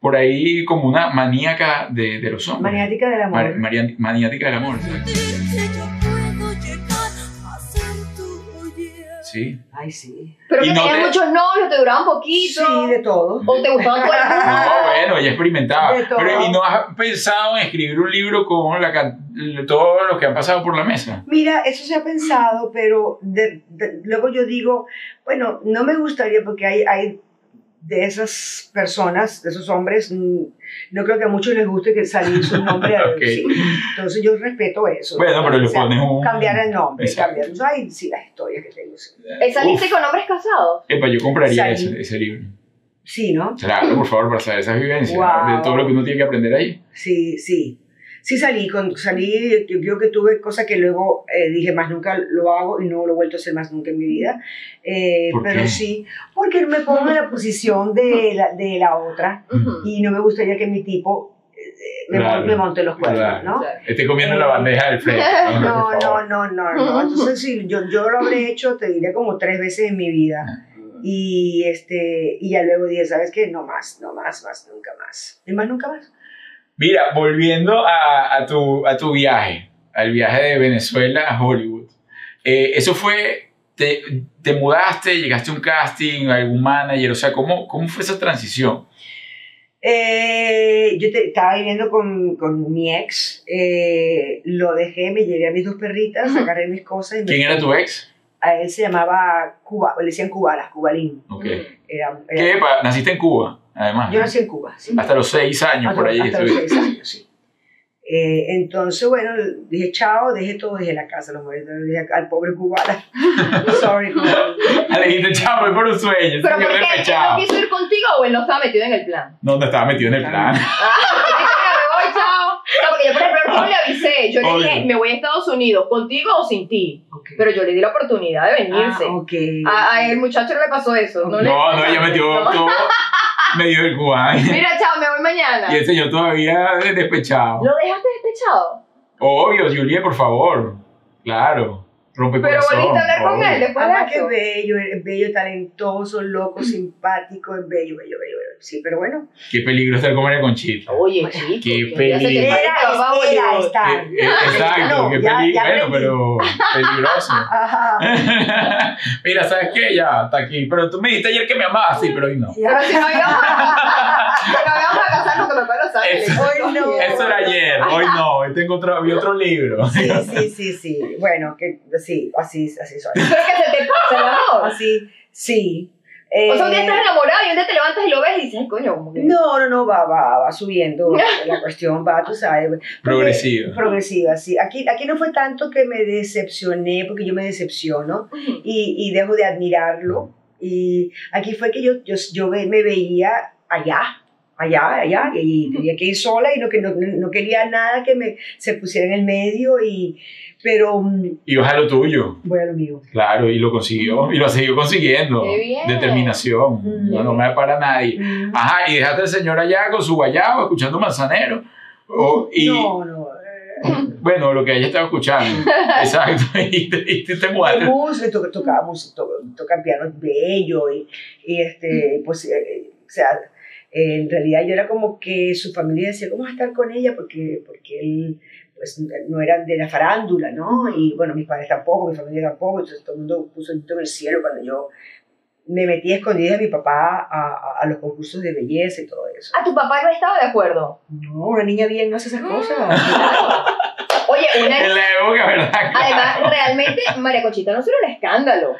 Speaker 1: por ahí como una maníaca de, de los hombres.
Speaker 3: Maniática del amor.
Speaker 1: Ma- maria- maniática del amor.
Speaker 5: Sentir que yo puedo llegar a ser tu oye.
Speaker 1: Sí.
Speaker 3: Ay, sí.
Speaker 2: pero
Speaker 1: Y
Speaker 2: que
Speaker 1: no
Speaker 2: tenías
Speaker 1: te-
Speaker 2: muchos novios, te duraban poquito.
Speaker 3: Sí, de todo.
Speaker 2: O te gustaban todo el mundo.
Speaker 1: No, bueno, ella experimentaba.
Speaker 3: Ah. De todo.
Speaker 1: Pero, ¿y no has pensado en escribir un libro con la, can- todos los que han pasado por la mesa?
Speaker 3: Mira, eso se ha pensado, pero de- de- luego yo digo, bueno, no me gustaría porque hay, hay de esas personas, de esos hombres, mm, no creo que a muchos les guste que salir su nombre. a
Speaker 1: Ok.
Speaker 3: sí. Entonces yo respeto eso.
Speaker 1: Bueno, pero le
Speaker 3: O sea,
Speaker 1: pones un.
Speaker 3: Cambiar el nombre,
Speaker 1: Exacto.
Speaker 3: cambiar. Ay, sí, las historias que tengo. Sí,
Speaker 2: Eh, ¿Saliste
Speaker 1: Uf.
Speaker 2: con hombres casados?
Speaker 1: Epa, yo compraría
Speaker 3: Salí.
Speaker 1: ese, ese libro.
Speaker 3: Sí, ¿no?
Speaker 1: Claro, por favor, para saber esas vivencias,
Speaker 3: Wow.
Speaker 1: de todo lo que uno tiene que aprender ahí.
Speaker 3: Sí, sí. Sí salí, con, salí, yo creo que tuve cosas que luego eh, dije más nunca lo hago y no lo he vuelto a hacer más nunca en mi vida. Eh,
Speaker 1: ¿Por
Speaker 3: pero
Speaker 1: qué?
Speaker 3: sí, porque me pongo en la posición de la, de la otra
Speaker 2: Ujú.
Speaker 3: y no me gustaría que mi tipo eh, me, mon-
Speaker 1: Claro,
Speaker 3: me monte los cuernos,
Speaker 1: claro.
Speaker 3: ¿no?
Speaker 1: Estoy comiendo la bandeja del frente.
Speaker 3: No,
Speaker 1: por favor.
Speaker 3: no, no, no, no. Entonces sí, yo, yo lo habré hecho, te diré como tres veces en mi
Speaker 1: Ah.
Speaker 3: vida. Y este, y ya luego dije, ¿sabes qué? No más, no más, más, nunca más. Y más nunca más.
Speaker 1: Mira, volviendo a, a tu, a tu viaje, al viaje de Venezuela a Hollywood. eh, eso fue, te, te mudaste, llegaste a un casting, a algún manager, o sea, ¿cómo, cómo fue esa transición?
Speaker 3: Eh, yo te- estaba viviendo con, con mi ex, eh, lo dejé, me llevé a mis dos perritas, agarré mis cosas y me-
Speaker 1: ¿Quién era tu ex?
Speaker 3: a él se llamaba Cuba, le decían Cubalas, Cubalín.
Speaker 1: Ok.
Speaker 3: Era- era-
Speaker 1: ¿Qué? pa- Naciste en Cuba, además.
Speaker 3: Eh, yo
Speaker 1: ¿no?
Speaker 3: nací en Cuba, sí. Ah,
Speaker 1: Hasta los seis años, por ahí.
Speaker 3: Hasta los
Speaker 1: estuviste.
Speaker 3: seis años, sí. Eh, entonces, bueno, dije chao, dejé todo, dejé la casa, los muertos, dejé al pobre Cubala. Sorry, Cubala.
Speaker 1: Le dijiste, chao, voy por un sueño.
Speaker 2: ¿Pero
Speaker 1: señor
Speaker 2: por qué? ¿Él no
Speaker 1: repechado.
Speaker 2: quiso ir contigo o él no estaba metido en el plan?
Speaker 1: No, no estaba metido en el plan.
Speaker 2: Ah, me voy, chao. No, porque yo, por ejemplo, no le avisé, yo le
Speaker 1: Obvio.
Speaker 2: dije, me voy a Estados Unidos, contigo o sin ti.
Speaker 3: Ok.
Speaker 2: Pero yo le di la oportunidad de venirse.
Speaker 3: Ah, ok.
Speaker 2: a, a el muchacho no le pasó eso. No, le-
Speaker 1: No, no, ella metió
Speaker 2: No.
Speaker 1: todo. Me dio el guay.
Speaker 2: Mira, chao, me voy mañana.
Speaker 1: Y el señor todavía despechado.
Speaker 2: ¿Lo dejaste despechado?
Speaker 1: Obvio, Juliet, por favor. Claro. Rompe
Speaker 2: Pero
Speaker 1: corazón.
Speaker 2: volviste a hablar con
Speaker 1: obvio.
Speaker 2: él después de
Speaker 3: Además Ah, que es
Speaker 2: eso.
Speaker 3: bello, es bello, talentoso, loco, simpático, es bello, bello, bello. bello. Sí, pero bueno.
Speaker 1: Qué peligro estar con María Conchita.
Speaker 2: Oye, chico.
Speaker 1: Qué
Speaker 2: que ya se te
Speaker 1: peligro.
Speaker 2: para el trabajo,
Speaker 3: era
Speaker 2: yo-
Speaker 3: estar.
Speaker 1: Eh, eh, exacto,
Speaker 3: No,
Speaker 1: qué
Speaker 3: Ah. ya-
Speaker 1: peligro.
Speaker 3: ya
Speaker 1: Bueno,
Speaker 3: aprendí.
Speaker 1: pero
Speaker 4: Peligroso.
Speaker 3: Ajá.
Speaker 1: Mira, ¿sabes qué? Ya, está aquí. Pero tú me dijiste ayer que me amabas, sí, pero hoy no.
Speaker 3: Ya.
Speaker 2: Si no íbamos a, si no íbamos a casarnos con los padres, ¿sabes?
Speaker 1: Eso-
Speaker 3: Hoy no.
Speaker 1: Eso era ayer, hoy no. Hoy tengo otro, vi otro libro.
Speaker 3: Sí, sí, sí, sí. Bueno, que sí, así, así soy.
Speaker 2: Pero que se te pasa el amor.
Speaker 3: Así, sí. Eh,
Speaker 2: O sea, un día estás enamorado y un día te levantas y lo ves y dices, "Ay, coño, como que...
Speaker 3: No, no, no, va, va, va subiendo. La cuestión va, tú sabes.
Speaker 1: Progresivo.
Speaker 3: Progresiva, sí. Aquí, aquí no fue tanto que me decepcioné, porque yo me decepciono y, y dejo de admirarlo. Y aquí fue que yo, yo, yo ve- me veía allá, allá, allá, y tenía que ir sola y no, que no, no quería nada que me se pusiera en el medio. Y, pero mm,
Speaker 1: Y ojalá lo tuyo.
Speaker 3: voy a lo mío.
Speaker 1: Claro, y lo consiguió. Y lo siguió consiguiendo.
Speaker 2: Qué bien.
Speaker 1: Determinación.
Speaker 3: Mm.
Speaker 1: No, no me para nadie. Ajá, y dejaste al señor allá con su guayabo, escuchando manzanero. O- y,
Speaker 3: No, no. eh,
Speaker 1: Bueno, lo que ella estaba escuchando. Exacto. Y te, y te- te
Speaker 3: de
Speaker 1: mudaste.
Speaker 3: música, eh, to- tocaba música, to- toca piano bello y, y, este, pues, eh, o sea, eh, en realidad yo era como que su familia decía, ¿cómo vas a estar con ella? Porque, porque él, pues, no era de la farándula, ¿no? Y bueno, mis padres tampoco, mi familia tampoco, entonces todo el mundo puso el grito en el cielo cuando yo me metí a escondidas de mi papá a, a- a los concursos de belleza y todo eso.
Speaker 2: Ah, tu papá no estaba de acuerdo.
Speaker 3: No, una niña bien no hace esas
Speaker 2: Ah.
Speaker 3: cosas.
Speaker 2: Oye, una
Speaker 1: En la época, ¿verdad?
Speaker 2: Además, realmente, María Conchita Alonso era un escándalo.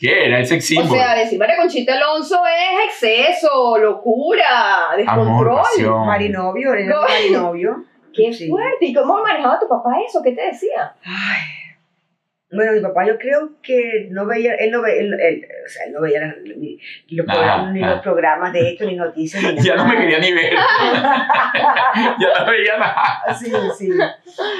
Speaker 1: ¿Qué era el sexismo?
Speaker 2: O sea, decir María Conchita Alonso es exceso, locura,
Speaker 1: Amor,
Speaker 2: descontrol.
Speaker 1: pasión.
Speaker 3: Marinovio, era
Speaker 2: No.
Speaker 3: marinovio.
Speaker 2: Qué
Speaker 3: Sí.
Speaker 2: fuerte. ¿Y cómo manejaba tu papá eso? ¿Qué te decía?
Speaker 3: Ay. Bueno, mi papá yo creo que no veía, él no veía, él, él- o sea, él no veía ni, los,
Speaker 1: Ajá,
Speaker 3: programas, ni
Speaker 1: ajá.
Speaker 3: los programas de esto, ni noticias, ni nada.
Speaker 1: Ya no me quería ni ver. ya no veía nada.
Speaker 3: Sí, sí.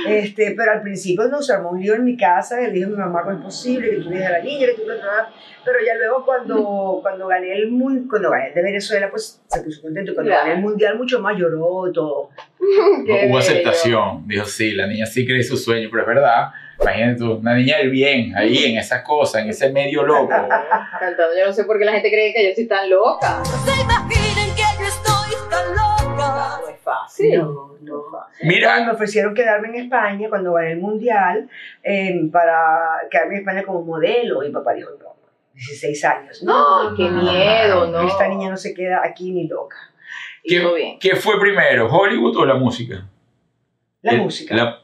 Speaker 3: Este, pero al principio nos armó un lío en mi casa, le dijo a mi mamá que es posible, que tú dejes a la niña, que tú no trabajas. Pero ya luego cuando, cuando gané el mun- cuando gané el de Venezuela, pues se puso contento. Cuando
Speaker 2: Claro.
Speaker 3: gané el mundial mucho más lloró, todo.
Speaker 2: Qué
Speaker 1: Hubo
Speaker 2: bello.
Speaker 1: aceptación. Dijo, sí, la niña sí cree su sueño, pero es verdad. Imagínate tú, una niña del bien, ahí en esas cosas, en ese medio loco.
Speaker 2: Cantando, yo no sé por qué la gente cree que yo soy tan loca.
Speaker 5: Se imaginen que yo estoy tan loca.
Speaker 2: No es fácil.
Speaker 3: No, no.
Speaker 1: Mira,
Speaker 3: me ofrecieron quedarme en España cuando gané el mundial eh, para quedarme en España como modelo. Y papá dijo, no, 16 años. No,
Speaker 2: No, qué miedo, ¿no?
Speaker 3: Esta niña no se queda aquí ni loca.
Speaker 2: Y todo bien.
Speaker 1: ¿qué fue primero, Hollywood o la música?
Speaker 3: La
Speaker 1: El-
Speaker 3: música.
Speaker 1: Eh, la-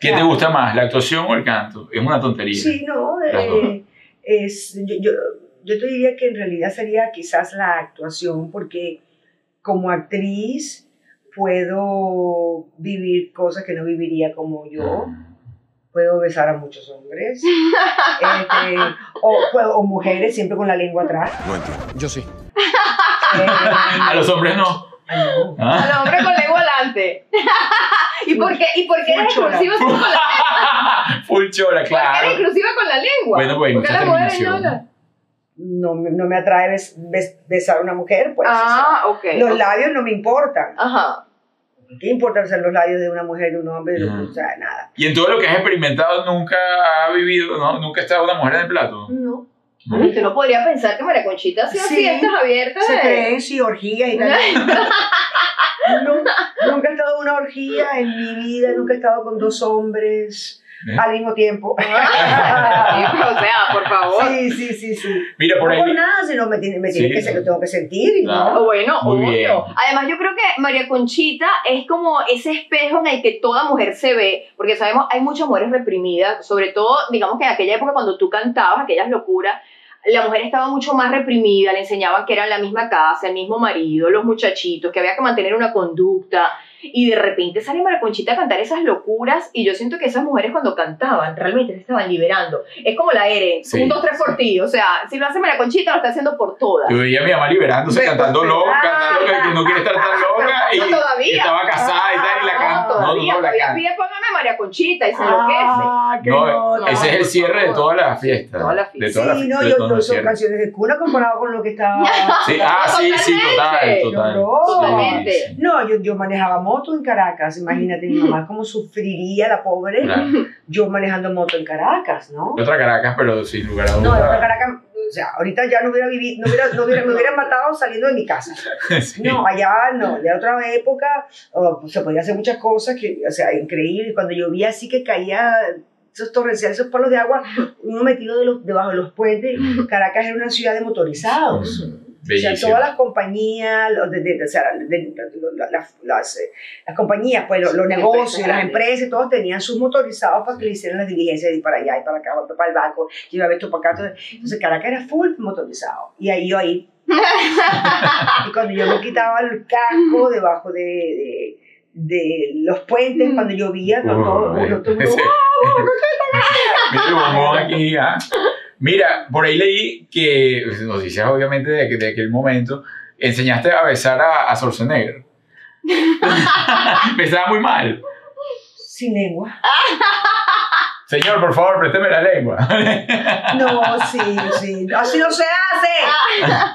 Speaker 1: ¿Qué te
Speaker 3: Claro.
Speaker 1: gusta más, la actuación o el canto? Es una tontería.
Speaker 3: Sí, no, eh,
Speaker 1: Las dos.
Speaker 3: es, yo, yo, yo te diría que en realidad sería quizás la actuación, porque como actriz puedo vivir cosas que no viviría como yo. puedo besar a muchos hombres este, o, puedo- o mujeres siempre con la lengua atrás.
Speaker 7: No entiendo. Yo sí.
Speaker 3: Eh,
Speaker 1: Ah, A los hombres no.
Speaker 2: A
Speaker 1: ¿Ah?
Speaker 2: los hombres con lengua volante. ¿Y por qué, y por qué eres
Speaker 3: Full chola.
Speaker 2: exclusiva solo con la lengua?
Speaker 1: Full chola,
Speaker 2: ¿Por qué eres
Speaker 1: claro.
Speaker 2: exclusiva con la lengua?
Speaker 1: Bueno, pues, hay
Speaker 2: ¿Por qué
Speaker 1: mucha
Speaker 2: las mujeres no
Speaker 1: terminación.
Speaker 2: la-
Speaker 3: no, me- no me atrae bes- bes- besar a una mujer, pues.
Speaker 2: Ah, ok.
Speaker 3: o sea, los labios no me importan.
Speaker 2: Ajá.
Speaker 3: ¿Qué importa besar los labios de una mujer, de un hombre?
Speaker 1: Ya.
Speaker 3: O sea, nada.
Speaker 1: Y en todo lo que has experimentado, nunca ha vivido, ¿no? nunca ha estado una mujer en el plato.
Speaker 3: No.
Speaker 1: No.
Speaker 2: Usted no podría pensar que María Conchita hacía
Speaker 3: Sí.
Speaker 2: fiestas abiertas.
Speaker 3: Se
Speaker 2: de-
Speaker 3: creen si orgías y tal. No, nunca he estado en una orgía en mi vida, nunca he estado con dos hombres
Speaker 1: ¿Eh?
Speaker 3: al mismo tiempo.
Speaker 2: Ah, sí, o sea, por favor.
Speaker 3: Sí, sí, sí, sí.
Speaker 1: Mira, por
Speaker 3: no por
Speaker 1: ahí.
Speaker 3: nada, sino me tiene, me
Speaker 1: Sí,
Speaker 3: tiene que
Speaker 1: sí.
Speaker 3: se- tengo que sentir. y
Speaker 1: Claro.
Speaker 3: ¿no?
Speaker 2: Bueno,
Speaker 1: Muy
Speaker 2: obvio.
Speaker 1: bien.
Speaker 2: Además, yo creo que María Conchita es como ese espejo en el que toda mujer se ve, porque sabemos hay muchas mujeres reprimidas, sobre todo, digamos que en aquella época cuando tú cantabas aquellas locuras, la mujer estaba mucho más reprimida, le enseñaban que era la misma casa, el mismo marido, los muchachitos, que había que mantener una conducta, y de repente sale Maraconchita a cantar esas locuras y yo siento que esas mujeres cuando cantaban realmente se estaban liberando. Es como la Eren,
Speaker 1: Sí,
Speaker 2: un, dos, tres por ti, o sea, si lo hace Maraconchita lo está haciendo por todas.
Speaker 1: Yo veía a mi mamá liberándose,
Speaker 3: Ve,
Speaker 1: cantando
Speaker 3: pues,
Speaker 1: loca,
Speaker 2: ah,
Speaker 1: cantando loca, que no quiere estar tan loca.
Speaker 2: pero
Speaker 1: Y,
Speaker 2: todavía.
Speaker 1: y estaba casada y tal, y la
Speaker 2: Ah,
Speaker 1: canta. No,
Speaker 2: todavía,
Speaker 1: no, no, la
Speaker 2: todavía
Speaker 1: canta.
Speaker 2: pide póngame María Conchita y se enloquece.
Speaker 3: Ah, qué
Speaker 1: No,
Speaker 3: nota.
Speaker 1: ese es el
Speaker 2: por
Speaker 1: cierre de
Speaker 2: favor.
Speaker 1: toda la fiesta.
Speaker 2: Toda la fiesta.
Speaker 1: De toda la
Speaker 3: sí,
Speaker 1: fiesta.
Speaker 3: no,
Speaker 1: de
Speaker 3: yo
Speaker 1: todos los
Speaker 3: no son
Speaker 1: cierres.
Speaker 3: canciones de cuna comparado con lo que estaba.
Speaker 1: Sí, ah, sí, sí, total,
Speaker 2: Totalmente.
Speaker 1: total.
Speaker 3: Lloró.
Speaker 1: Sí,
Speaker 2: Totalmente.
Speaker 1: sí.
Speaker 3: No, yo, yo manejaba moto en Caracas, imagínate mi mamá cómo sufriría la pobre
Speaker 1: Claro.
Speaker 3: yo manejando moto en Caracas, ¿no?
Speaker 1: Y Otra Caracas, pero sin lugar a
Speaker 3: No,
Speaker 1: dudas.
Speaker 3: en Caracas, o sea, ahorita ya no hubiera vivido, no hubiera, no hubiera, me hubieran matado saliendo de mi casa.
Speaker 1: Sí.
Speaker 3: No, allá no, ya era otra época, oh, se podía hacer muchas cosas, que, o sea, increíble. Cuando llovía así que caía esos torrenciales, esos palos de agua, uno metido de los- debajo de los puentes. Caracas era una ciudad de motorizados. O sea,
Speaker 1: Bellísimo.
Speaker 3: todas las compañías, los de- de- o sea, de- lo- la- las, las, eh, las compañías, pues los, los
Speaker 2: Las
Speaker 3: negocios,
Speaker 2: empresas
Speaker 3: las
Speaker 2: grandes.
Speaker 3: empresas, todos tenían sus motorizados para que le hicieran las diligencias de ir para allá y para acá, para el banco, llevaba esto para acá. todo. Entonces, Caracas era full motorizado. Y ahí yo ahí. y cuando yo me quitaba el casco debajo de. de- de los puentes cuando llovía todo, todo,
Speaker 1: Uy,
Speaker 3: todo el mundo,
Speaker 1: ese- Mira el bombón aquí, ah. Mira, por ahí leí que, pues, noticias obviamente de, de aquel momento, enseñaste a besar a, a Schwarzenegger. Me estaba muy mal.
Speaker 3: sin lengua
Speaker 1: Señor, por favor, présteme la lengua.
Speaker 3: No, sí, sí. Así no se hace.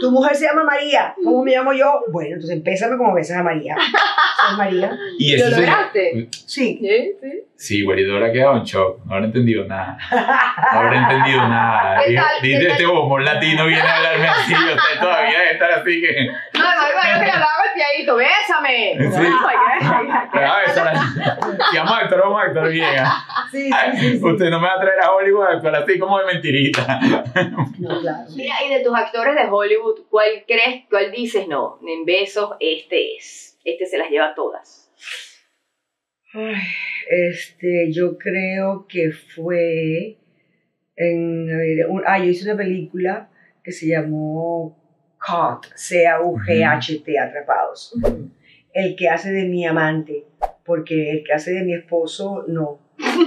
Speaker 3: Tu mujer se llama María. ¿Cómo me llamo yo? Bueno, entonces empézame como besas a María. ¿Soy María?
Speaker 1: Y
Speaker 2: ¿Lo
Speaker 1: ese señor-
Speaker 2: lograste?
Speaker 3: Sí.
Speaker 2: Sí, sí.
Speaker 1: Sí, güerito, ahora quedado en shock. No habrá entendido nada. No habrá entendido nada.
Speaker 2: ¿Qué
Speaker 1: Dijo,
Speaker 2: tal? ¿Qué
Speaker 1: dice,
Speaker 2: tal?
Speaker 1: este bombón latino viene a hablarme así. Usted todavía debe estar así que.
Speaker 2: No, además, bueno, que le hablaba golpeadito, bésame.
Speaker 1: Sí.
Speaker 3: Ah.
Speaker 1: Te va a besar así. Si vamos a actuar, vamos a actuar bien. ah.
Speaker 3: Sí, sí, sí. sí.
Speaker 1: Usted no me va a traer a Hollywood a actuar así como de mentirita.
Speaker 3: No, claro.
Speaker 2: Mira, y de tus actores de Hollywood, ¿cuál crees, cuál dices no? En besos, este es. Este se las lleva todas.
Speaker 3: Ay, Este, yo creo que fue en, a ver, un- ah, yo hice una película que se llamó Caught, C-A-U-G-H-T, Atrapados. El que hace de mi amante, porque el que hace de mi esposo, no.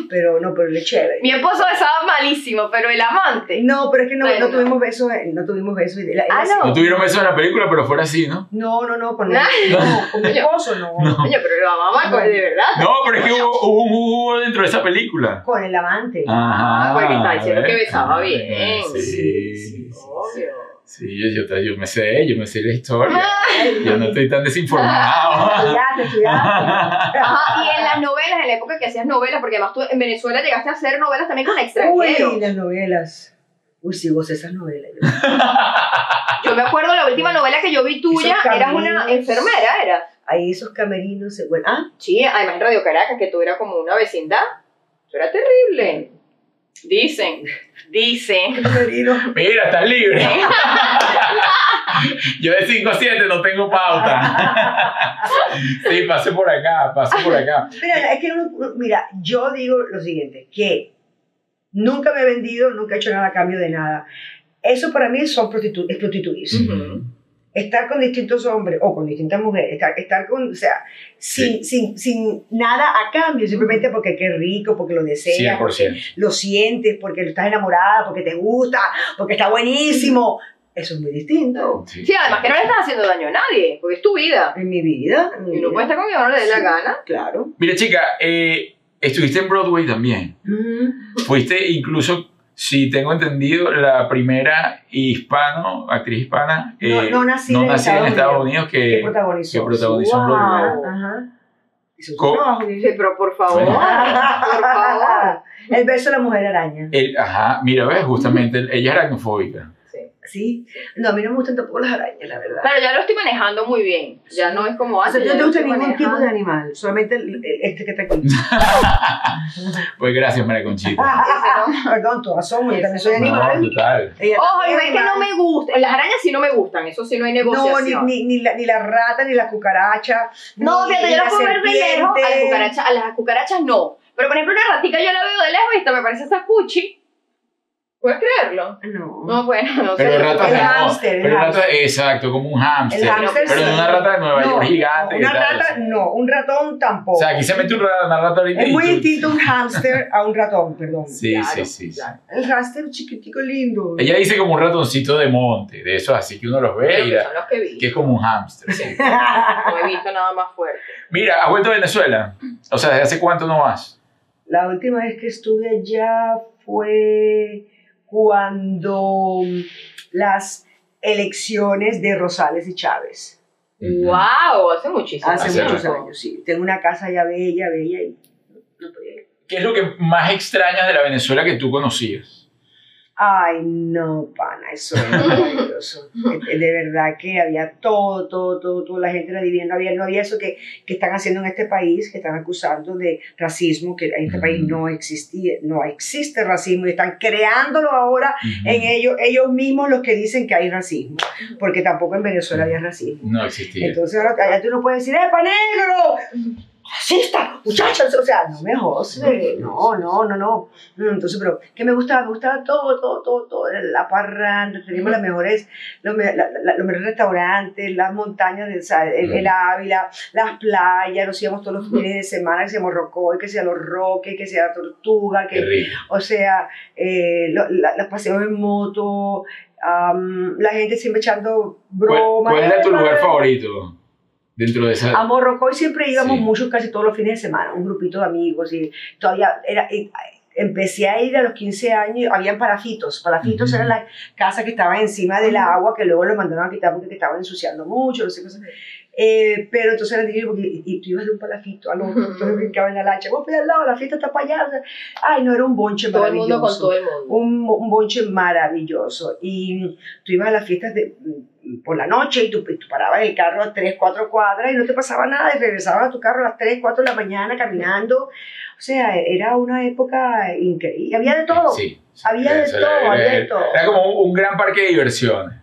Speaker 3: Pero no, pero él es chévere.
Speaker 2: Mi esposo estaba malísimo, pero el amante.
Speaker 3: No, pero es que no,
Speaker 2: Bueno.
Speaker 3: no tuvimos besos, eh, no tuvimos besos. y la-
Speaker 2: Ah,
Speaker 3: la-
Speaker 2: no.
Speaker 1: No tuvieron beso en la película, pero fuera así, ¿no?
Speaker 3: No, no, no, con, mi-
Speaker 2: Ah.
Speaker 3: no, con mi esposo no.
Speaker 2: Coño, pero lo amaba pues, de verdad.
Speaker 1: No, pero es que hubo, hubo un jugo dentro de esa película.
Speaker 3: Con el amante.
Speaker 1: Ajá.
Speaker 2: Ah, porque estaba diciendo que
Speaker 1: ¿ves?
Speaker 2: besaba
Speaker 1: Ah,
Speaker 2: bien.
Speaker 1: Sí, sí.
Speaker 2: Obvio.
Speaker 1: Sí, yo, yo, yo me sé, yo me sé la historia. Yo no estoy tan desinformado.
Speaker 3: Estudiaste, estudiaste.
Speaker 2: Ajá, Ah, y en las novelas, en la época que hacías novelas, porque además tú en Venezuela llegaste a hacer novelas también con extranjeros.
Speaker 3: Ah, Uy, las novelas. Uy, sí, vos esas novelas.
Speaker 2: Yo me acuerdo la última novela que yo vi tuya,
Speaker 3: Esos
Speaker 2: eras una
Speaker 3: caminos.
Speaker 2: enfermera, era.
Speaker 3: Ahí esos camerinos se bueno, Ah,
Speaker 2: Sí, además en Radio Caracas, que tú eras como una vecindad. Eso era terrible. Dicen, dicen.
Speaker 3: camerinos.
Speaker 1: Mira, estás libre. Yo de 5 a 7 no tengo pauta. Sí, pasé por acá, pasé por acá.
Speaker 3: Mira, es que uno- uno- mira, yo digo lo siguiente, que nunca me he vendido, nunca he hecho nada a cambio de nada. Eso para mí son prostitu es prostituirse. estar con distintos hombres o con distintas mujeres, estar, estar con, o sea, sin, sin, sin nada a cambio, simplemente porque qué rico, porque lo deseas,
Speaker 1: 100%.
Speaker 3: lo sientes, porque estás enamorada, porque te gusta, porque está buenísimo. Eso es muy distinto.
Speaker 2: Sí, además que no le estás haciendo daño a nadie, porque es tu vida.
Speaker 3: En mi vida. en mi
Speaker 2: Y uno
Speaker 3: vida,
Speaker 2: puede estar con quien uno le dé la gana.
Speaker 3: Claro.
Speaker 1: Mira, chica, eh, estuviste en Broadway también.
Speaker 2: Mm.
Speaker 1: Fuiste incluso, si tengo entendido, la primera hispano, actriz hispana. eh,
Speaker 3: No- no nacida
Speaker 1: no
Speaker 3: en
Speaker 1: nacida en
Speaker 3: Estados
Speaker 1: Estados
Speaker 3: Unidos.
Speaker 1: Unidos,
Speaker 3: Que
Speaker 1: que,
Speaker 3: protagonizó.
Speaker 1: que Eh, protagonizó en
Speaker 2: Wow.
Speaker 1: Broadway.
Speaker 3: Ajá. Eso es
Speaker 1: Co-
Speaker 3: trabajo, bien.
Speaker 2: Sí, pero por favor, por
Speaker 1: Bueno.
Speaker 2: favor.
Speaker 3: El beso de la mujer araña.
Speaker 1: El- Eh, ajá, mira, ves, justamente, ella es aracnofóbica.
Speaker 3: Sí. No, a mí no me gustan tampoco las arañas, la verdad.
Speaker 2: Claro, ya lo estoy manejando muy bien. Ya no es como
Speaker 3: O sea,
Speaker 2: antes.
Speaker 3: yo
Speaker 2: ya
Speaker 3: no te
Speaker 2: lo
Speaker 3: gusta
Speaker 2: estoy
Speaker 3: ningún tipo de
Speaker 2: manejando.
Speaker 3: animal, solamente el- el- este que está aquí.
Speaker 1: Pues gracias, María Conchita.
Speaker 3: Perdón, todas son, yo también soy
Speaker 1: No,
Speaker 3: Ah, animal.
Speaker 1: total.
Speaker 3: Ella
Speaker 2: Ojo, y
Speaker 3: también
Speaker 2: ves
Speaker 3: es
Speaker 2: que no
Speaker 3: animal.
Speaker 2: me gustan. Las arañas sí no me gustan, eso sí no hay
Speaker 3: No,
Speaker 2: negociación.
Speaker 3: ni, ni, ni, la, ni la rata, ni la cucaracha.
Speaker 2: No,
Speaker 3: ni,
Speaker 2: fíjate,
Speaker 3: ni
Speaker 2: yo
Speaker 3: la
Speaker 2: las puedo ver de
Speaker 3: serpiente.
Speaker 2: lejos. A, la cucaracha- a las cucarachas no. Pero por ejemplo, una ratica yo la veo de lejos y esta me parece esta cuchi. ¿Puedes creerlo?
Speaker 3: No.
Speaker 2: No, bueno, no
Speaker 1: Pero
Speaker 2: sé.
Speaker 1: ratas
Speaker 3: el
Speaker 1: de moda.
Speaker 3: hámster, el
Speaker 1: Pero rata-
Speaker 3: hámster.
Speaker 1: exacto, como un hámster.
Speaker 3: El hámster
Speaker 1: Pero de
Speaker 3: sí.
Speaker 1: una rata de Nueva York gigante.
Speaker 3: Una
Speaker 1: y tal.
Speaker 3: rata, no, un ratón tampoco.
Speaker 1: O sea, aquí se mete un ra- una rata ahorita.
Speaker 3: es
Speaker 1: y
Speaker 3: muy
Speaker 1: tú-
Speaker 3: distinto un hámster a un ratón, perdón.
Speaker 1: Sí,
Speaker 3: Claro,
Speaker 1: sí, sí, sí.
Speaker 3: claro. El hámster chiquitico lindo.
Speaker 1: Ella dice como un ratoncito de monte, de esos así que uno los ve
Speaker 2: Creo
Speaker 1: y
Speaker 2: que
Speaker 1: la-
Speaker 2: son los que vi.
Speaker 1: que es como un hámster. sí.
Speaker 2: No he visto nada más fuerte.
Speaker 1: Mira, ¿has vuelto a Venezuela? O sea, ¿desde hace cuánto no vas?
Speaker 3: La última vez que estuve allá fue cuando las elecciones de Rosales y Chávez.
Speaker 1: Mm.
Speaker 2: ¡Wow! Hace muchísimo
Speaker 3: Hace
Speaker 1: Hace
Speaker 2: tiempo.
Speaker 3: muchos años, sí. Tengo una casa allá bella, bella y no podía ir.
Speaker 1: ¿Qué es lo que más extrañas de la Venezuela que tú conocías?
Speaker 3: Ay, no, pana, eso es maravilloso. De de verdad que había todo, todo, todo, todo. La gente era divina. No había, no había eso que, que están haciendo en este país, que están acusando de racismo, que en este país no existía, no existe racismo y están creándolo ahora en ellos, ellos mismos los que dicen que hay racismo, porque tampoco en Venezuela había racismo.
Speaker 1: No existía.
Speaker 3: Entonces ahora allá tú no puedes decir, ¡epa, negro! ¡Racista! ¡Muchachos! O sea, no me jode. No, no, no, no. Mm, Entonces, pero que me gustaba, me gustaba todo, todo, todo, todo. La parranda, teníamos las mejores, los, me- la- la- los mejores restaurantes, las montañas, de, o sea, el,
Speaker 1: Mm.
Speaker 3: el Ávila, las playas, nos íbamos todos los fines de semana, que se Morrocoy, que sea Los Roques, que sea Tortuga, que
Speaker 1: Qué rico.
Speaker 3: o sea, eh, lo- la- los paseos en moto, am, la gente siempre echando
Speaker 1: ¿Cuál,
Speaker 3: bromas.
Speaker 1: cuál era tu
Speaker 3: Eh,
Speaker 1: lugar
Speaker 3: eh,
Speaker 1: favorito dentro de esa?
Speaker 3: A Morrocoy siempre íbamos
Speaker 1: Sí.
Speaker 3: muchos, casi todos los fines de semana, un grupito de amigos. Y todavía era, eh, empecé a ir a los 15 años, habían parafitos. Parafitos
Speaker 1: Ujú.
Speaker 3: eran las casas que estaban encima del agua, que luego los mandaron a quitar porque estaban ensuciando mucho, no sé qué cosa. Eh, pero entonces era difícil porque y, y tú ibas de un palafito al otro, entonces brincaba en la lancha, vos para al lado, la fiesta está para allá. o sea, ay, no, era un bonche
Speaker 2: Todo el mundo con
Speaker 3: maravilloso
Speaker 2: todo el mundo.
Speaker 3: un, un bonche maravilloso. Y tú ibas a las fiestas de, por la noche y tú, tú parabas el carro a 3, 4 cuadras y no te pasaba nada y regresabas a tu carro a las 3, 4 de la mañana caminando. O sea, era una época increíble. Había de todo. Sí,
Speaker 1: Sí, sí,
Speaker 3: había de
Speaker 1: Venezuela
Speaker 3: todo,
Speaker 1: era-
Speaker 3: había de todo.
Speaker 1: Era como un, un gran parque de diversiones,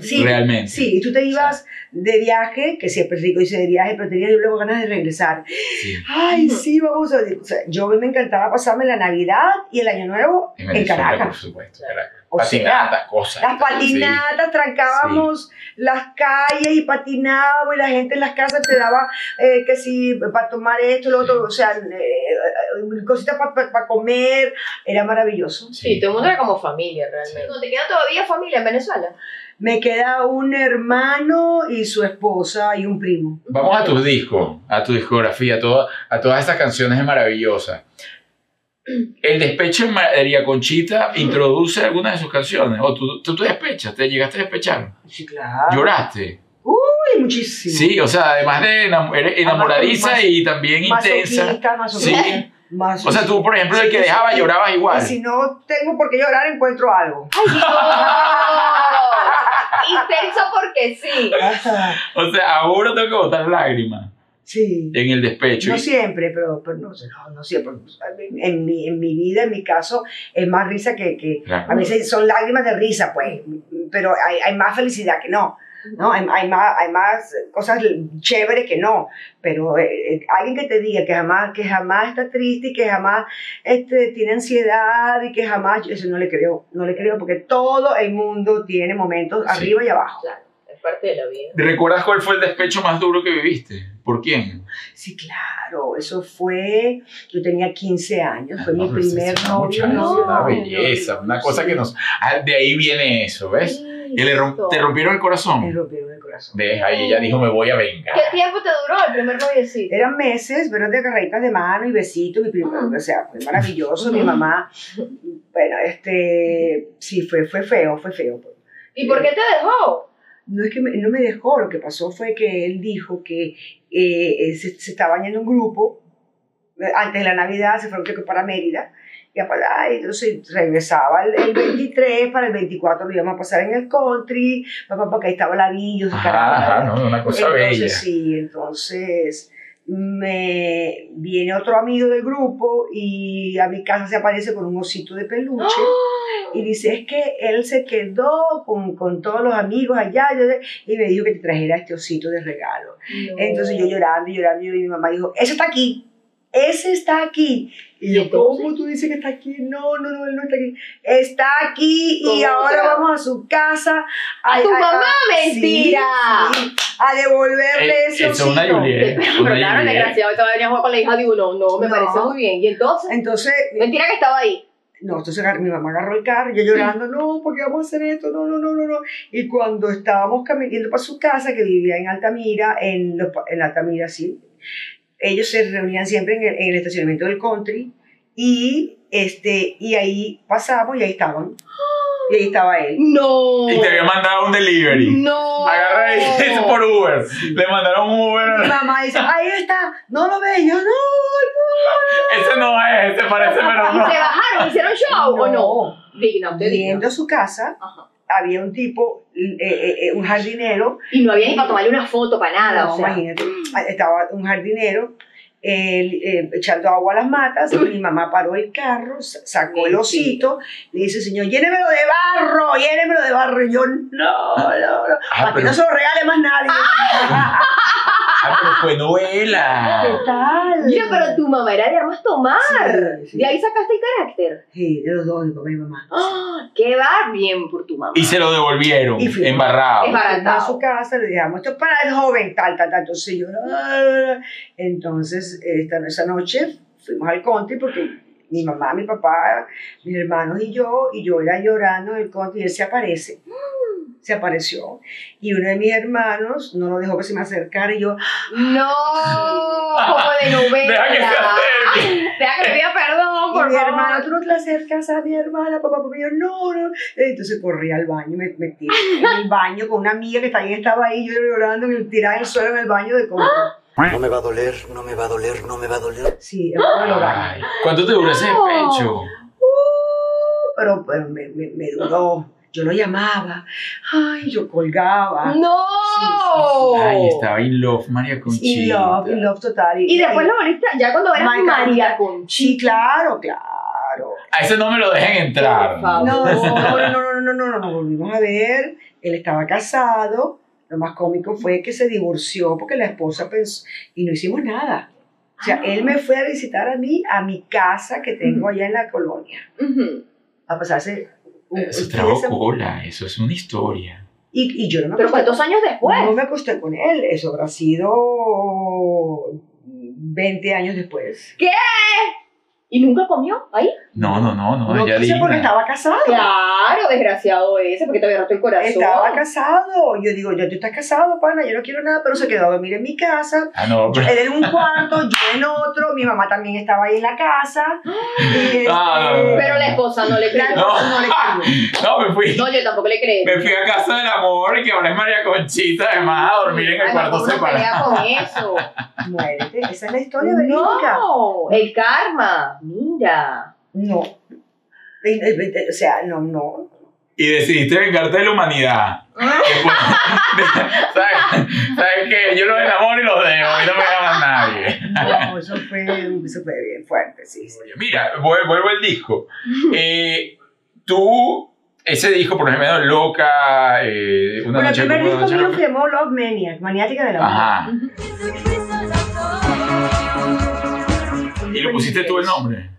Speaker 3: sí.
Speaker 1: realmente.
Speaker 3: y tú te ibas de viaje, que siempre es rico irse de viaje, pero tenías luego ganas de regresar.
Speaker 1: Sí.
Speaker 3: Ay, sí, vamos a... o sea, yo me encantaba pasarme la Navidad y el Año Nuevo
Speaker 1: En
Speaker 3: en,
Speaker 1: Venezuela, por
Speaker 3: Caracas.
Speaker 1: supuesto. Caracas.
Speaker 3: O sea,
Speaker 1: Patinatas, cosas.
Speaker 3: Las patinatas, trancábamos las calles y patinábamos y la gente en las casas te daba eh, que si para tomar esto, lo otro, o sea, eh, eh, cositas para comer, era maravilloso.
Speaker 2: Sí, todo el mundo era como familia realmente. ¿No te queda todavía familia en Venezuela?
Speaker 3: Me queda un hermano y su esposa y un primo.
Speaker 1: Vamos a tus discos, a tu discografía, a, toda- a todas estas canciones maravillosas. El despecho en María Conchita introduce algunas de sus canciones. O tú, tú te despechas, te llegaste a despechar.
Speaker 3: Sí, claro.
Speaker 1: Lloraste.
Speaker 3: Uy,
Speaker 1: Sí,
Speaker 3: muchísimo.
Speaker 1: o sea, además de enam- eres enamoradiza
Speaker 3: mas-
Speaker 1: y también intensa.
Speaker 3: Masoquista, masoquista.
Speaker 1: Sí.
Speaker 3: masoquista.
Speaker 1: O sea, tú, por ejemplo, el
Speaker 3: Sí,
Speaker 1: que
Speaker 3: sí,
Speaker 1: dejaba
Speaker 3: sí.
Speaker 1: llorabas
Speaker 3: Y
Speaker 1: igual.
Speaker 3: si no tengo por qué llorar, encuentro algo.
Speaker 2: Intenso porque sí.
Speaker 1: O sea, ahora tengo que botar lágrimas
Speaker 3: Sí.
Speaker 1: en el despecho.
Speaker 3: No
Speaker 1: Y-
Speaker 3: siempre, pero, pero no, sé, no, no siempre. pues, En mi, en mi vida, en mi caso, es más risa que... que
Speaker 1: Claro.
Speaker 3: a veces son lágrimas de risa, pues, pero hay, hay más felicidad que no. ¿no? Hay, hay más, hay más cosas chéveres que no, pero eh, eh, alguien que te diga que jamás, que jamás está triste y que jamás este, tiene ansiedad y que jamás, yo eso no le creo, no le creo, porque todo el mundo tiene momentos
Speaker 1: Sí.
Speaker 3: arriba y abajo.
Speaker 2: Claro, es parte de la vida.
Speaker 1: ¿Recuerdas cuál fue el despecho más duro que viviste? ¿Por quién?
Speaker 3: Sí, claro, eso fue, yo tenía 15 años, fue mi
Speaker 1: Ah, No,
Speaker 3: primer
Speaker 1: esa
Speaker 3: novio.
Speaker 1: muchacha,
Speaker 3: no,
Speaker 1: una
Speaker 3: no,
Speaker 1: belleza,
Speaker 3: no,
Speaker 1: una cosa
Speaker 3: sí.
Speaker 1: que nos... ah, De ahí viene eso, ¿ves? Que le rom-
Speaker 2: Listo.
Speaker 1: te rompieron el
Speaker 3: Me
Speaker 1: corazón.
Speaker 3: rompieron el corazón.
Speaker 1: Deja ahí, ella dijo, me voy a vengar.
Speaker 2: ¿Qué tiempo te duró el primer noviecito?
Speaker 3: Eran meses, pero de carreritas de mano y besitos, mi prima, o sea, fue maravilloso, mi mamá, bueno, este, sí, fue, fue feo, fue feo. pues.
Speaker 2: ¿Y por qué te dejó?
Speaker 3: No es que me- no me dejó, lo que pasó fue que él dijo que eh, eh, se, se estaba yendo un grupo, eh, antes de la Navidad se fueron creo que para Mérida, y apa- ay, entonces regresaba el, el 23, para el 24 lo íbamos a pasar en el country, papá, porque ahí estaba la villa, su
Speaker 1: Ajá,
Speaker 3: caramba,
Speaker 1: ajá, no, una cosa
Speaker 3: entonces,
Speaker 1: bella.
Speaker 3: sí, entonces me viene otro amigo del grupo y a mi casa se aparece con un osito de peluche
Speaker 1: ¡Ah!
Speaker 3: y dice, es que él se quedó con, con todos los amigos allá yo- y me dijo que te trajera este osito de regalo. Entonces yo llorando y llorando y mi mamá dijo, eso está aquí. ese está aquí. Y
Speaker 2: ¿Y
Speaker 3: yo,
Speaker 2: entonces?
Speaker 3: ¿cómo tú dices que está aquí? No, no, no, él no está aquí. Está aquí y
Speaker 2: ¿Cómo
Speaker 3: ahora
Speaker 2: será?
Speaker 3: vamos a su casa.
Speaker 2: ¡A
Speaker 3: Ay,
Speaker 2: tu
Speaker 3: ay,
Speaker 2: mamá!
Speaker 3: ay, sí,
Speaker 2: ¡Mentira!
Speaker 3: sí, a devolverle
Speaker 1: Eh,
Speaker 3: ese
Speaker 1: eso es una
Speaker 3: osito.
Speaker 1: Juliet. Eh,
Speaker 2: Pero
Speaker 1: una
Speaker 2: claro,
Speaker 1: idea.
Speaker 2: desgraciado, estaba venía a jugar con la hija de uno. No, me
Speaker 3: No.
Speaker 2: parece muy bien. Y entonces,
Speaker 3: Entonces,
Speaker 2: mentira que estaba ahí.
Speaker 3: no, entonces agar- mi mamá agarró el carro, yo llorando, no, ¿por qué vamos a hacer esto? No, no, no, no, no. Y cuando estábamos caminando para su casa, que vivía en Altamira, en, los pa- en Altamira, sí, ellos se reunían siempre en el, en el estacionamiento del country y, este, y ahí pasamos y ahí estaban. Y ahí estaba él.
Speaker 2: No.
Speaker 1: Y te había mandado un delivery.
Speaker 2: No.
Speaker 1: Agarra
Speaker 2: Oh.
Speaker 1: y por Uber. Le mandaron un
Speaker 3: Mi
Speaker 2: ¡Ah!
Speaker 1: Uber.
Speaker 3: mamá dice, ahí está, no lo ves, yo no, no.
Speaker 1: Ese no es, ese parece, pero no.
Speaker 2: ¿Y se bajaron? ¿Hicieron show o no? Digno, te digo.
Speaker 3: Viendo su casa,
Speaker 2: Ajá.
Speaker 3: había un tipo, eh, eh, eh, un jardinero,
Speaker 2: Y no había ni para tomarle una foto, para nada.
Speaker 3: No,
Speaker 2: o sea.
Speaker 3: imagínate. Estaba un jardinero él, eh, echando agua a las matas. Mi mamá paró el carro, sa- sacó el
Speaker 2: Mentira.
Speaker 3: osito. Le dice, señor, llénemelo de barro, llénemelo de barro. Y yo, no, no, no.
Speaker 1: Ah,
Speaker 3: Para que
Speaker 1: pero-
Speaker 3: no se lo regale más nadie.
Speaker 1: Ah, pero fue novela.
Speaker 3: ¿Qué tal?
Speaker 2: Mira, pero tu mamá era de armas tomar.
Speaker 3: Sí, sí.
Speaker 2: De ahí sacaste el carácter.
Speaker 3: Sí, de los dos, mi papá y mi mamá.
Speaker 2: ¡Ah! ¡Qué va bien por tu mamá!
Speaker 1: Y se lo devolvieron,
Speaker 3: Y fui-
Speaker 1: embarrado.
Speaker 2: Es Baratao.
Speaker 3: Fuimos a su casa, le dijimos, esto es para el joven, tal, tal, tal. Entonces yo, "Ah". entonces, esta, esa noche fuimos al country porque mi mamá, mi papá, mis hermanos y yo, y yo era llorando en el country y él se aparece.
Speaker 2: Mm.
Speaker 3: Se apareció. Y uno de mis hermanos no lo dejó que se me acercara y yo,
Speaker 2: ¡No! Como de novela.
Speaker 1: Deja que se acerque.
Speaker 2: Deja que te pida perdón,
Speaker 3: y
Speaker 2: por
Speaker 3: mi
Speaker 2: favor.
Speaker 3: hermano, tú no te le acercas a mi hermana, papá, papá, y yo, no, no. Entonces corrí al baño, me metí en el baño con una amiga que también estaba ahí, yo llorando, en el- tirada en el suelo en el baño de country.
Speaker 2: ¡Ah!
Speaker 8: No me va a doler, no me va a doler, no me va a doler.
Speaker 3: Sí, era uno de los baños.
Speaker 1: Ay, ¿Cuánto te dura ese
Speaker 2: No.
Speaker 1: pecho?
Speaker 3: pero, pero me, me, me duró. Yo lo llamaba, ay, yo colgaba.
Speaker 2: ¡No!
Speaker 3: Ah,
Speaker 1: Ay, estaba in love, María
Speaker 3: Y
Speaker 1: Conchita.
Speaker 3: love, y love total.
Speaker 2: Y después
Speaker 3: y-
Speaker 2: lo volviste, ya cuando eras
Speaker 3: María
Speaker 2: María Conchita.
Speaker 3: Sí, claro, claro.
Speaker 1: A ese no me lo dejen entrar.
Speaker 2: Por favor.
Speaker 3: No, no, no, no, no, no, no, nos volvimos a ver. Él estaba casado. Lo más cómico fue que se divorció porque la esposa pensó, y no hicimos nada. O sea,
Speaker 2: Ah.
Speaker 3: él me fue a visitar a mí, a mi casa que tengo allá en la colonia,
Speaker 2: Ujú.
Speaker 3: a pasarse un,
Speaker 1: Eso
Speaker 3: un
Speaker 1: trajo
Speaker 3: fin de semana.
Speaker 1: cola, eso es una historia.
Speaker 3: y, y yo no me
Speaker 2: Pero
Speaker 3: acosté
Speaker 2: ¿cuántos años después?
Speaker 3: No me acosté con él, eso habrá sido 20 años después.
Speaker 2: ¿Y nunca comió ahí?
Speaker 1: No, no, no, no,
Speaker 3: no
Speaker 1: ella
Speaker 3: quise porque
Speaker 1: digna.
Speaker 3: estaba casado.
Speaker 2: Claro, desgraciado ese, porque te había roto el corazón.
Speaker 3: Estaba casado. Yo digo, yo, tú estás casado, pana, yo no quiero nada, pero se quedó a dormir en mi casa.
Speaker 1: Ah, no, pero-
Speaker 3: Él en un cuarto, yo en otro, mi mamá también estaba ahí en la casa. Y,
Speaker 1: Ah, no, no,
Speaker 2: Pero la esposa no le creyó.
Speaker 3: la-
Speaker 1: No.
Speaker 3: no le creyó.
Speaker 1: no, me fui.
Speaker 2: No, yo tampoco le creí.
Speaker 1: Me fui a casa del amor, que ahora es María Conchita, además, a dormir en el
Speaker 2: Ay,
Speaker 1: cuarto
Speaker 2: tampoco uno
Speaker 1: separado.
Speaker 2: pelea con eso.
Speaker 3: Muérete, esa es la historia verídica.
Speaker 2: No, el karma. Mira.
Speaker 3: No. Eh, eh, eh, O sea, no, no.
Speaker 1: Y decidiste vengarte de la humanidad. Después- ¿Sabes? ¿Sabes qué? Yo los enamoro y los dejo, y no me llama nadie.
Speaker 3: No, eso fue, eso fue bien fuerte, sí. sí.
Speaker 1: Oye, Mira, vuel- vuelvo al disco. Eh, tú, ese disco, por ejemplo, Loca, eh, Una
Speaker 3: Bueno, el
Speaker 1: noche
Speaker 3: primer
Speaker 1: como una
Speaker 3: disco
Speaker 1: noche
Speaker 3: mío
Speaker 1: loca.
Speaker 3: se llamó Love Maniac, Maniática de la Mujer.
Speaker 1: Ajá.
Speaker 3: Con
Speaker 1: ¿Y le pusiste tú el
Speaker 3: Rubén Blades.
Speaker 1: nombre?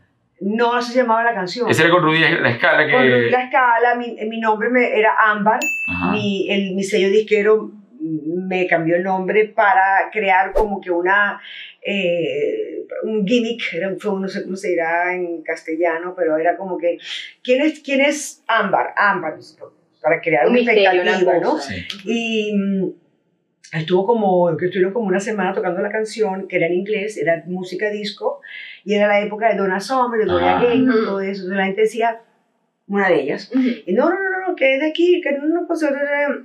Speaker 3: No, así se llamaba la canción.
Speaker 1: Ese era con Rudy la escala
Speaker 3: Con Rubén
Speaker 1: que...
Speaker 3: La Escala, mi, mi nombre me- era Ámbar,
Speaker 1: Ajá.
Speaker 3: mi, el, mi sello disquero me cambió el nombre para crear como que una eh, un gimmick, era, fue, no sé cómo se dirá en castellano, pero era como que ¿quién es, quién es Ámbar? Ámbar, para crear
Speaker 2: Un
Speaker 3: una
Speaker 2: misterio, una
Speaker 3: expectativa, ¿no?
Speaker 2: cosa.
Speaker 1: Sí.
Speaker 3: Y mm, estuvo como, que estuvieron como una semana tocando la canción, que era en inglés, era música disco, y era la época de Donna Summer, de Gloria
Speaker 1: Ah.
Speaker 3: Gaynor,
Speaker 2: Ujú.
Speaker 3: todo eso. Entonces la gente decía, una de ellas,
Speaker 2: Ujú.
Speaker 3: y no, no, no, no, que es de aquí, que no, no, pues, eh, eh".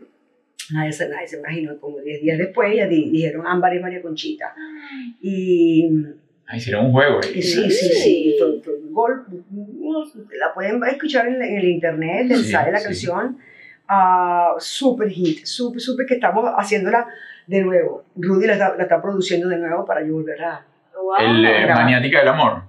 Speaker 3: nadie, se- nadie se imaginó, como 10 días después, ya di- dijeron Ámbar y María Conchita. Y mm,
Speaker 1: Ah, hicieron un juego.
Speaker 3: y
Speaker 1: ahí.
Speaker 3: sí, sí,
Speaker 2: Sí.
Speaker 3: sí, fue, fue un gol- no, la pueden escuchar en, en el internet,
Speaker 1: Sí,
Speaker 3: sale la
Speaker 1: sí.
Speaker 3: canción, ah, super hit, super, super que estamos haciéndola de nuevo. Rudy la está, la está produciendo de nuevo para yo volver a
Speaker 2: Wow.
Speaker 1: El eh,
Speaker 3: Bravo.
Speaker 1: Maniática del Amor.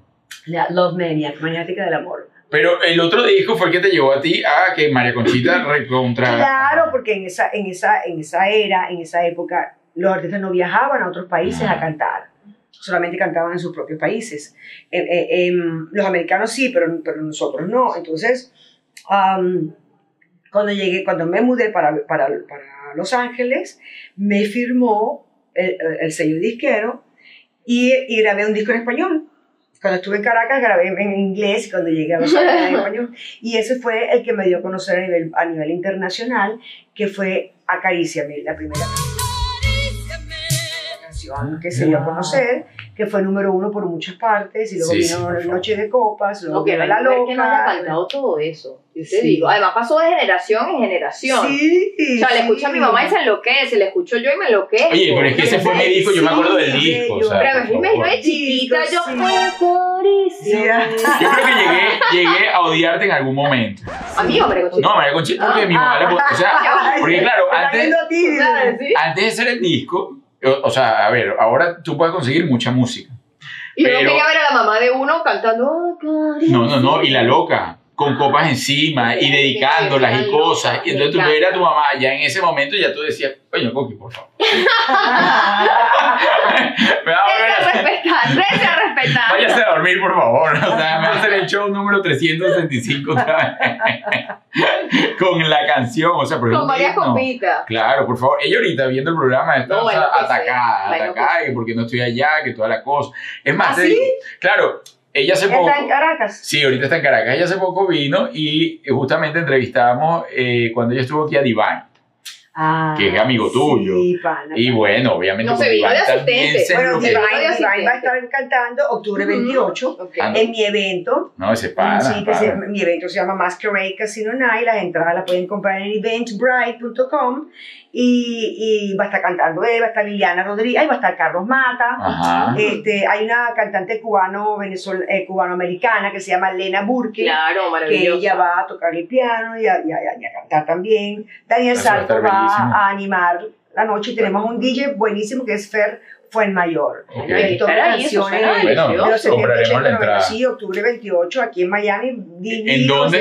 Speaker 3: la Love Maniac, Maniática del Amor.
Speaker 1: Pero el otro disco fue el que te llevó a ti a que María Conchita recontra...
Speaker 3: Claro, porque en esa, en, esa, en esa era, en esa época, los artistas no viajaban a otros países a
Speaker 1: Ah.
Speaker 3: cantar. solamente cantaban en sus propios países. Eh, eh, em, los americanos sí, pero, pero nosotros no. Entonces, am, cuando llegué, cuando me mudé para, para, para Los Ángeles, me firmó el, el- el sello disquero y, y grabé un disco en español. Cuando estuve en Caracas grabé en inglés y cuando llegué a Los Ángeles grabé en español. Y ese fue el que me dio a conocer a nivel, a nivel internacional, que fue Acaríciame, la primera canción que se dio a conocer, que fue número uno por muchas partes, y luego
Speaker 1: Sí, sí,
Speaker 3: vino
Speaker 1: por favor.
Speaker 3: Noche de Copas, luego
Speaker 2: No, que no
Speaker 3: vino
Speaker 2: hay
Speaker 3: La
Speaker 2: mujer que no haya
Speaker 3: Loca. eh.
Speaker 2: cantado todo eso. Yo te
Speaker 3: Sí.
Speaker 2: digo. Además, pasó de generación en generación.
Speaker 3: Sí,
Speaker 2: O sea, le
Speaker 3: sí.
Speaker 2: escucho a mi mamá y se enloquece, le escucho yo y me enloquezco.
Speaker 1: Oye, pero es que ese fue mi disco, yo me acuerdo del
Speaker 3: Sí,
Speaker 1: disco. o sea,
Speaker 2: Pero
Speaker 1: por
Speaker 2: me imagino
Speaker 1: favor.
Speaker 2: de chiquita,
Speaker 3: Sí,
Speaker 2: yo...
Speaker 3: sí. Sí,
Speaker 2: "Acaríciame".
Speaker 3: ah.
Speaker 1: Yo creo que llegué, llegué a odiarte en algún momento.
Speaker 2: A mí, hombre, con
Speaker 1: No, María Conchita, porque mi mamá la O sea, porque claro,
Speaker 3: Está
Speaker 1: antes,
Speaker 3: viendo a ti,
Speaker 2: ¿Sabes?
Speaker 3: dice.
Speaker 2: ¿Sí?
Speaker 1: antes de hacer el disco, o, o sea, a ver, ahora tú puedes conseguir mucha música.
Speaker 2: Y yo
Speaker 1: Pero-
Speaker 2: quería ver a la mamá de uno cantando. "Oh, "Acaríciame".
Speaker 1: No, no, no, y la loca, con copas encima y dedicándolas y cosas. Y entonces tú ver a tu mamá, ya en ese momento ya tú decías, coño, Coqui, por favor. Me va a volver
Speaker 2: Vete
Speaker 1: a
Speaker 2: a respetar, vete a respetar.
Speaker 1: Váyase a dormir, por favor. O sea, me va a hacer el show número 365 otra vez. Con la canción, o sea, pero es
Speaker 2: Con
Speaker 1: un
Speaker 2: varias
Speaker 1: himno.
Speaker 2: copitas.
Speaker 1: Claro, por favor. Ella ahorita viendo el programa está
Speaker 2: No,
Speaker 1: o sea,
Speaker 2: bueno,
Speaker 3: pues,
Speaker 2: que sí.
Speaker 1: atacada,
Speaker 2: Bueno,
Speaker 1: atacada, que porque no estoy allá, que toda la cosa. Es más,
Speaker 3: eh, ¿Ah,
Speaker 1: te
Speaker 3: sí?
Speaker 1: digo, claro, ella hace poco.
Speaker 3: Está en Caracas.
Speaker 1: Sí, ahorita está en Caracas. Ella hace poco vino y eh, justamente entrevistábamos eh, cuando ella estuvo aquí a Divine, que es amigo tuyo.
Speaker 3: Ah, Sí, pana.
Speaker 1: Y bueno, obviamente.
Speaker 2: No, se
Speaker 1: con
Speaker 2: vino de
Speaker 1: Iván también
Speaker 2: asistente.
Speaker 1: se
Speaker 3: bueno,
Speaker 1: enloqueció.
Speaker 3: Divine,
Speaker 2: Yo de
Speaker 3: Divine va a
Speaker 2: asistente.
Speaker 3: estar cantando octubre
Speaker 2: Ujú.
Speaker 3: 28
Speaker 2: Ok.
Speaker 1: Ah,
Speaker 3: en mi evento.
Speaker 1: no, ese para.
Speaker 3: sí, que se- mi evento se llama Masquerade Casino Night. Las entradas las pueden comprar en eventbrite.com. Y, y va a estar cantando él, va a estar Liliana Rodríguez, ahí va a estar Carlos Mata.
Speaker 1: Ajá.
Speaker 3: Este, hay una cantante cubano venezol- eh, cubanoamericana que se llama Lena Burke,
Speaker 2: Claro,
Speaker 3: que
Speaker 2: maravilloso.
Speaker 3: ella va a tocar el piano y a, y a- y a cantar también. Daniel
Speaker 1: Eso va a
Speaker 3: Salto
Speaker 1: estar
Speaker 3: va
Speaker 1: bellísimo.
Speaker 3: a animar la noche y tenemos un DJ buenísimo que es Fer Fuenmayor.
Speaker 1: Ok.
Speaker 2: Hay que
Speaker 3: todas
Speaker 2: estar
Speaker 3: las
Speaker 2: ahí, eso
Speaker 3: canciones.
Speaker 2: suena
Speaker 1: Bueno,
Speaker 2: delicioso.
Speaker 3: De los 70,
Speaker 1: Compraremos
Speaker 3: 80,
Speaker 1: la entrada.
Speaker 3: 90, Sí, octubre 28, aquí en Miami.
Speaker 1: ¿En
Speaker 3: divino,
Speaker 1: dónde?